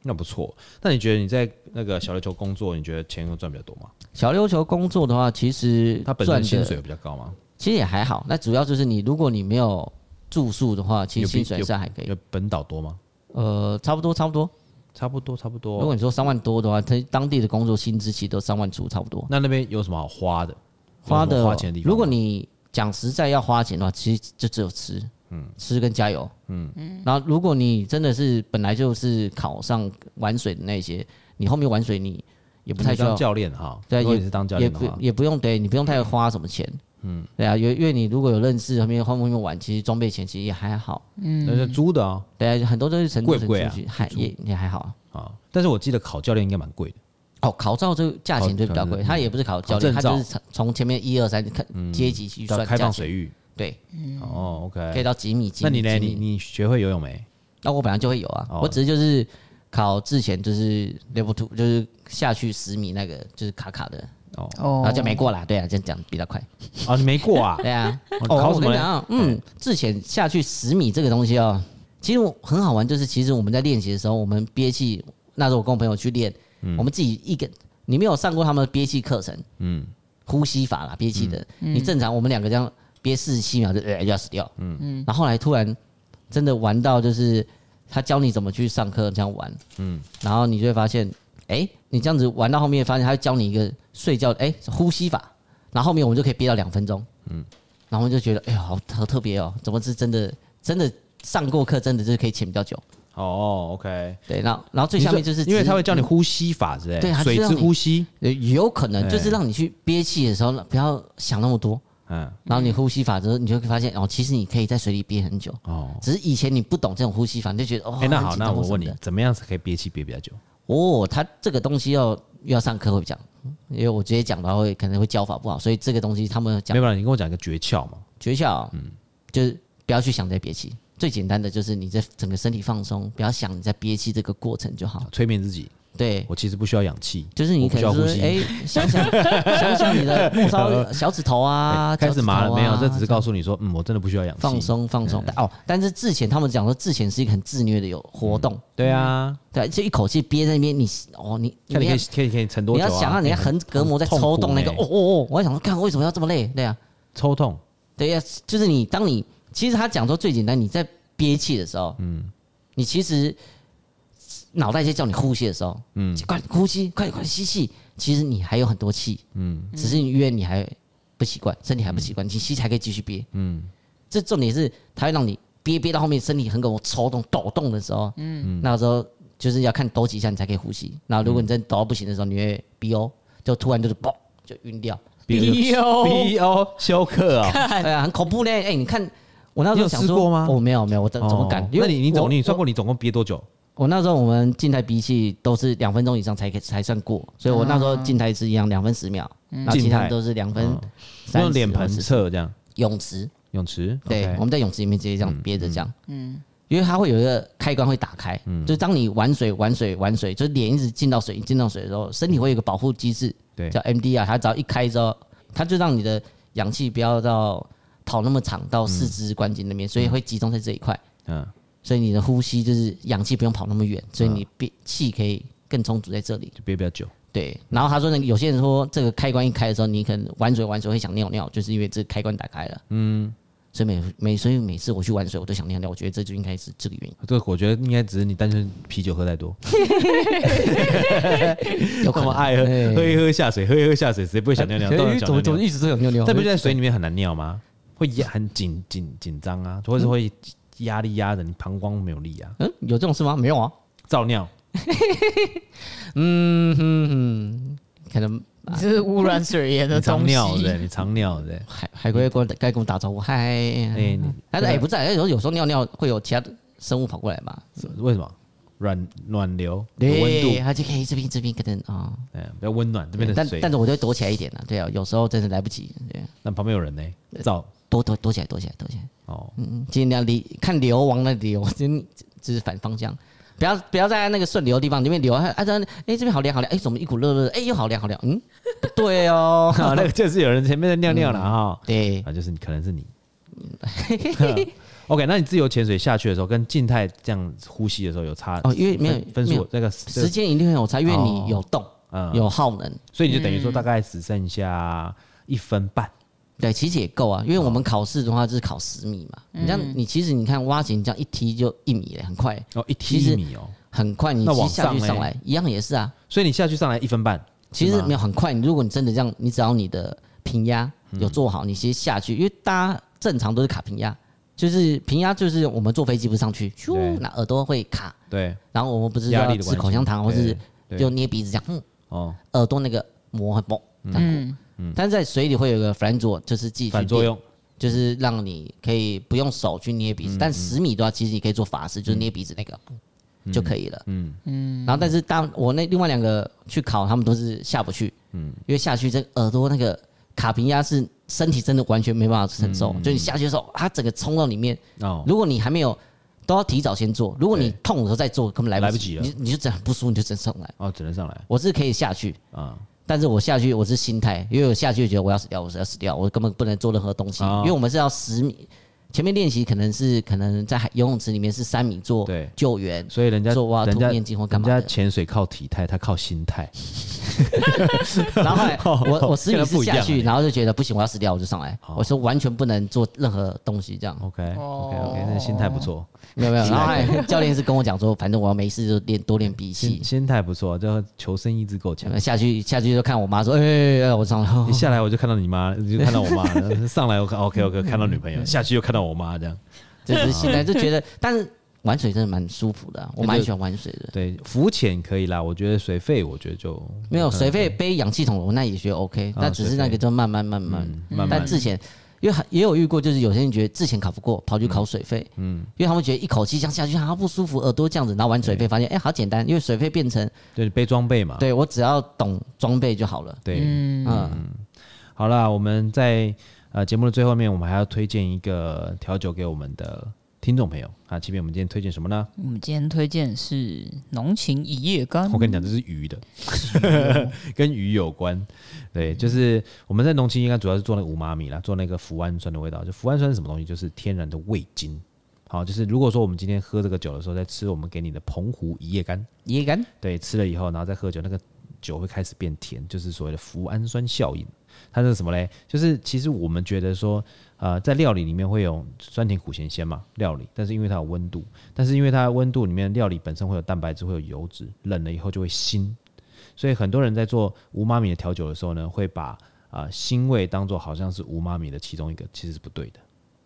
A: 那不错。那你觉得你在那个小琉球工作，你觉得钱有赚比较多吗？
B: 小琉球工作的话，其实
A: 他本
B: 赚
A: 身
B: 的
A: 薪水有比较高吗？
B: 其实也还好。那主要就是你，如果你没有住宿的话，其
A: 有
B: 实
A: 比
B: 薪水上还可以
A: 有，本岛多吗？
B: 呃，差不多差不多。
A: 差不多，差不
B: 如
A: 多。
B: 果你说三万多的话，他当地的工作薪资其实都三万出差不多。
A: 那那边有什么好花的？哦
B: 花
A: 有什
B: 的，
A: 么花钱的地方吗？
B: 如果你讲实在要花钱的话，其实就只有吃，嗯，吃跟加油，嗯然后如果你真的是本来就是考上玩水的那些，你后面玩水你也不太
A: 你
B: 需要
A: 当教练啊哈，
B: 对
A: 如果
B: 也
A: 你是当教
B: 也
A: 练的
B: 不
A: 话，
B: 也不用对你不用太花什么钱，嗯，对啊，因为因为你如果有认识后面后面玩，其实装备钱其实也还好，
A: 那
B: 嗯
A: 是租的啊
B: 对啊，很多都是成都
A: 贵不贵啊
B: 成出去还也也还好啊，
A: 啊！但是我记得考教练应该蛮贵的，
B: 哦，考照这个价钱就比较贵，
A: 考
B: 它也不是
A: 考
B: 考教
A: 证
B: 练，它就是
A: 照
B: 从从前面一二三看阶级去
A: 叫
B: 算
A: 开
B: 价
A: 放
B: 钱，
A: 水域。
B: 对，
A: 哦
B: 可以
A: ，OK。
B: 到几米几
A: 那
B: 米。
A: 你呢？
B: 几米
A: 你你学会游泳没？
B: 那我本来就会有啊，
A: 哦
B: 我只是就是考之前就是 level two，就是下去十米那个就是卡卡的，
A: 哦
C: 哦
B: 然后就没过啦。对啊，这样讲比较快。
A: 哦，你没过 啊？
B: 对啊，
A: 哦
B: 哦
A: 考什
B: 我跟
A: 么
B: 你
A: 呢？
B: 讲啊，嗯，之前下去十米这个东西哦，其实我很好玩，就是其实我们在练习的时候，我们憋气，那时候我跟我朋友去练，我们自己一个，你没有上过他们的憋气课程，嗯，呼吸法啦，憋气的，你正常我们两个这样憋四十七秒就呃就要死掉，嗯嗯，然后后来突然真的玩到就是他教你怎么去上课这样玩，嗯，然后你就会发现，哎、你这样子玩到后面，发现他会教你一个睡觉，哎、呼吸法，然后后面我们就可以憋到两分钟，然后我就觉得，哎呀，好好特别哦，怎么是真的真的上过课，真的就是可以潜比较久。
A: 哦，OK。
B: 对，然后然后最下面
A: 你
B: 就是
A: 因为他会
B: 只
A: 教你呼吸法之类，
B: 对啊他
A: 水
B: 知道
A: 之
B: 你
A: 呼吸。
B: 呃有可能
A: 哎
B: 就是让你去憋气的时候不要想那么多，
A: 嗯，
B: 然后你呼吸法之后，你就会发现哦，其实你可以在水里憋很久。
A: 哦。
B: 只是以前你不懂这种呼吸法，你就觉得哦，
A: 哎，那
B: 很
A: 好，
B: 紧
A: 那
B: 张
A: 我
B: 或什么
A: 问你
B: 的，
A: 怎么样才可以憋气憋比较久？
B: 哦，他这个东西要要上课会讲，因为我直接讲的话会可能会教法不好，所以这个东西他们
A: 没
B: 讲
A: 有办法，你跟我讲一个诀窍嘛。
B: 诀窍，
A: 嗯
B: 就是不要去想在憋气。最简单的就是你在整个身体放松，不要想你在憋气这个过程就好。
A: 催眠自己，
B: 哦对，
A: 我其实不需要氧气，
B: 就是
A: 哦
B: 你
A: 我不
B: 可
A: 需要
B: 能
A: 呼
B: 说，
A: 吸。
B: 哎、想想想想你的末梢小指头 啊，
A: 哎开
B: 脚
A: 始
B: 趾头
A: 麻了没有？
B: 啊
A: 这只是告诉你说，嗯，我真的不需嗯要氧气。
B: 放。松放松。但哦，但是之前他们讲说，之前是一个很自虐的有活动，
A: 对啊，
B: 对，这一口气憋在那边，你哦你
A: 看
B: 嗯
A: 你
B: 你
A: 可
B: 要
A: 以可以可以撑多
B: 你
A: 久啊？
B: 要想让人家横膈膜在
A: 很
B: 抽动那个，
A: 痛
B: 哦
A: 苦欸
B: 哦哦，我还想说，看为什么要这么累？对啊，
A: 抽痛，
B: 对呀、就是你当你其实他讲说最简单，你在憋气的时候，嗯，你其实脑袋在叫你呼吸的时候，嗯，快点呼吸，快点快点吸气，其实你还有很多气，嗯，只是你因为你还不习惯，身体还不习惯，你吸气还可以继续憋，嗯，这重点是它会让你憋憋到后面身体很给我抽动抖动的时候，嗯，那时候就是要看抖几下你才可以呼吸，然后如果你真的抖到不行的时候，你会 BO，就突然就是嘣就晕掉。
A: B O B O 休克啊！
B: 哎呀，很恐怖嘞！哎、你看我那时
A: 你有
B: 候想
A: 试
B: 说，哦
A: 过吗
B: 我、没有没有，我怎怎么敢？
A: 哦
B: 因为
A: 那你你总
B: 我
A: 你算过你总共憋多久？
B: 我那时候我们静态憋气都是两分钟以上才可以才算过，所以我那时候静态是一样两分十秒，然后
A: 啊
B: 其
A: 嗯静
B: 他
A: 态
B: 都是两分
A: 嗯
B: 30
A: 用脸盆
B: 或是
A: 测这样，
B: 泳池，
A: 泳池
B: 对
A: OK
B: 我们在泳池里面直接这样憋着这样，嗯，因为它会有一个开关会打开，
A: 嗯
B: 就是当你玩水玩水玩水，就是脸一直进到水进到水的时候，身体会有一个保护机制，
A: 对
B: 叫 MDR，它只要一开之后，它就让你的氧气不要到跑那么长到四肢关节那边，所以会集中在这一块。
A: 嗯，
B: 所以你的呼吸就是氧气不用跑那么远，所以你憋气可以更充足在这里。
A: 就憋比较久。
B: 对，然后他说那个有些人说这个开关一开的时候，你可能玩水玩水会想尿尿，就是因为这开关打开了。嗯，所以每每所以每次我去玩水，我都想尿尿，我觉得这就应该是这个原
A: 这个我觉得应该只是你单纯啤酒喝太多，
B: 因。有
A: 这
B: 可能
A: 么爱喝，
B: 哎
A: 喝一喝下水，喝一喝下水，谁不会想尿尿？
B: 哎
A: 都有想
B: 怎
A: 尿
B: 么怎
A: 尿
B: 么。一直都想尿尿？
A: 但不就在水里面很难尿吗？会压很紧紧紧张啊，或者是会压力压着你膀胱没有力啊，
B: 嗯，有这种事吗？没有啊。
A: 造尿。
B: 嗯哼哼，可能
C: 你这是污染水源
A: 你
C: 的
A: 常
C: 东
A: 尿
C: 西
A: 对，。你常尿 对。
B: 海海龟过来该跟我打招呼，嗨。
A: 哎，你
B: 但是哎，不在，有时候有时候尿尿会有其他的生物跑过来吧？
A: 为什么软暖流有温度？
B: 对，它就可以这边这边可能啊，
A: 哎，比较温暖这边的
B: 但
A: 水
B: 但，是我就会躲起来一点了。对啊，有时候真的来不及，对，
A: 那旁边有人呢，造
B: 躲躲躲起来，躲起来，躲起来，
A: 哦，，
B: 嗯，尽量离看流往那流，真就是反方向。不要不要在那个顺流的地方，里面流啊啊！这哎这边好凉好凉，哎怎么一股热热的？哎又好凉好凉，嗯，不对哦
A: 那个就是有人前面在尿尿了
B: 嗯
A: 哈，
B: 对，
A: 啊，就是你可能是 你。OK，那你自由潜水下去的时候，跟静态这样呼吸的时候有差
B: 哦因为没有
A: 分分
B: 没
A: 数
B: 有
A: 那个
B: 时间一定会有差，因为你有动
A: 嗯
B: 有嗯耗能，
A: 所以你就等于说大概只剩下一分半，
B: 对，其实也够啊，因为我们考试的话就是考十米嘛，
A: 嗯
B: 你这样你其实你看蛙型这样一踢就一米了，很快
A: 哦，一
B: 其
A: 踢
B: 实
A: 一米哦，
B: 很快，你
A: 那
B: 其实
A: 往
B: 下去
A: 上
B: 上
A: 嘞
B: 来一样也是啊，
A: 所以你下去上来一分半，
B: 其
A: 是
B: 实
A: 吗
B: 没有很快，你如果你真的这样，你只要你的平压有做好，你其实下去，因为大家正常都是卡平压，就是平压就是我们坐飞机不是上去，
A: 对
B: 咻，那耳朵会卡，
A: 对，
B: 然后我们不是
A: 压力
B: 要
A: 的
B: 吃
A: 关
B: 口
A: 系
B: 香糖，或是
A: 对对
B: 就捏鼻子这样，嗯，
A: 哦，
B: 耳朵那个膜很猛，
C: 嗯，
B: 但是在水里会有一个反左，就是继续
A: 反作用，
B: 就是
A: 嗯
B: 让你可以不用手去捏鼻子，但十米的话，其实你可以做法式，就是捏鼻子那个，就可以了。嗯嗯。然后，但是当我那另外两个去考，他们都是下不去，嗯，因为下去这耳朵那个卡平压是身体真的完全没办法承受，就你下去的时候，它整个冲到里面，
A: 嗯哦，
B: 如果你还没有。都要提早先做，如果你
A: 对
B: 痛的时候再做，根本来
A: 来
B: 不
A: 不
B: 及
A: 及了
B: 你你就整不舒服，你就整上来。
A: 哦，只能上来
B: 我是可以下去，
A: 啊，
B: 但是我下去我是心态，因为我下去就觉得我要死掉，我是要死掉，我根本不能做任何东西，
A: 哦
B: 因为我们是要十米。前面练习可能是可能在海游泳池里面是三米做
A: 对
B: 救援，
A: 所以人家
B: 做挖
A: 人
B: 土
A: 家
B: 面筋或干
A: 人
B: 嘛
A: 家
B: 的。
A: 潜水靠体态，他靠心态，
B: 然后 后来 我我十米
A: 现在
B: 是
A: 不一样欸
B: 下去，
A: 了
B: 然后就觉得不行，我要死掉，我就上来。
A: 哦
B: 我说完全不能做任何东西，这样
A: OK OK
C: 哦
A: OK，那心态不错，
B: 没有 没有。然后后来教练是跟我讲说，反正我要没事就练多练鼻息
A: 心，心态不错，就求生意志够强。
B: 下去下去就看我妈说，哎、哎哎我上来 了
A: 一。下来我就看到你妈，就看到我 妈，上来我看 OK OK 看到女朋
B: 嗯
A: 友，下去又看到我妈这样。
B: 这是现在就觉得，但是玩水真的蛮舒服的啊、我蛮喜欢玩水的。
A: 对，浮潜可以啦，我觉得水费我觉得就
B: 没有水费背氧气筒，我那也觉得 OK，
A: 嗯啊
B: 但只是那个就慢慢慢慢
A: 嗯慢慢
B: 但之前因为很也有遇过，就是有些人觉得之前考不过，跑去考水费，嗯，因为他们觉得一口气这样下去好不舒服，耳朵这样子，然后玩水费发现哎、好简单，因为水费变成
A: 就是背装备嘛。
B: 对我只要懂装备就好了，
A: 对，
B: 嗯，
A: 好啦，我们在呃节目的最后面，我们还要推荐一个调酒给我们的听众朋友啊。前面我们今天推荐什么呢？
C: 我们今天推荐的是浓情一夜干
A: 我，跟你讲，这是鱼的， 跟鱼有关。对，就是我们在浓情应该主要是做那个五妈米啦，做那个脯氨酸的味道。就脯氨酸是什么东西？就是天然的味精。好，就是如果说我们今天喝这个酒的时候，在吃我们给你的澎湖一夜干，
B: 也敢
A: 对，吃了以后，然后再喝酒，那个酒会开始变甜，就是所谓的脯氨酸效应。它是什么嘞？就是其实我们觉得说，呃，在料理里面会有酸甜苦咸鲜嘛，料理，但是因为它有温度，但是因为它的温度里面料理本身会有蛋白质，会有油脂，冷了以后就会腥，所以很多人在做无妈米的调酒的时候呢，会把啊、呃腥味当做好像是无妈米的其中一个，其实是不对的。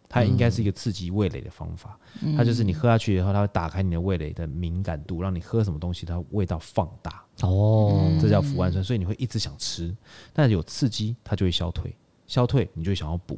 A: 它应该是一个刺激味蕾的方法，
B: 嗯
A: 它就是你喝下去以后，它会打开你的味蕾的敏感度，让你喝什么东西，它味道放大，
B: 哦，
A: 这叫脯氨酸，所以你会一直想吃，但有刺激它就会消退，消退你就会想要补，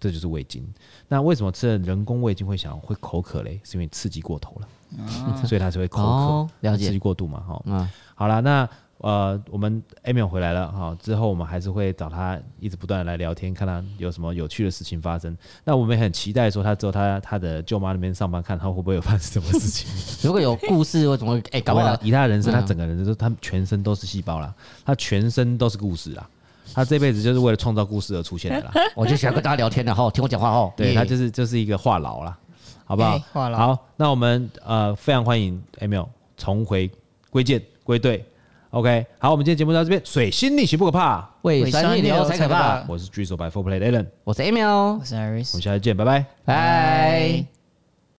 A: 这就是味精。那为什么吃了人工味精会想会口渴嘞？是因为刺激过头了，所以它才会口渴，
B: 啊哦了解
A: 刺激过度嘛，哈、
B: 嗯
A: 好啦，那呃，我们 Emil 回来了哈、之后我们还是会找他一直不断的来聊天，看他有什么有趣的事情发生。那我们也很期待说他之后他他的舅妈那边上班，看他会不会有发生什么事 情。
B: 如果有故事，我怎么会 哎、
C: 啊
A: 搞
B: 搞不
A: 不好
B: 好
A: 以他的人生，他整个人都他全身都是细胞啦，他全身都是故事啦。他这辈子就是为了创造故事而出现 的啦，
B: 我就喜欢跟大家聊天的哈，听我讲话哦。
A: 对
B: 耶
A: 他就是就是一个话痨啦，好不好
C: 嗯哎？话痨
A: 好，那我们呃非常欢迎 Emil 重回归建归队。OK，好，我们今天节目到这边，水星逆行不可怕，
B: 胃酸逆流才可怕。哦
A: 我是 Drizzle by Four Play Allen，我们
B: 我是 Email，
C: 我是 Iris，
A: 下次见，拜拜。
B: 拜。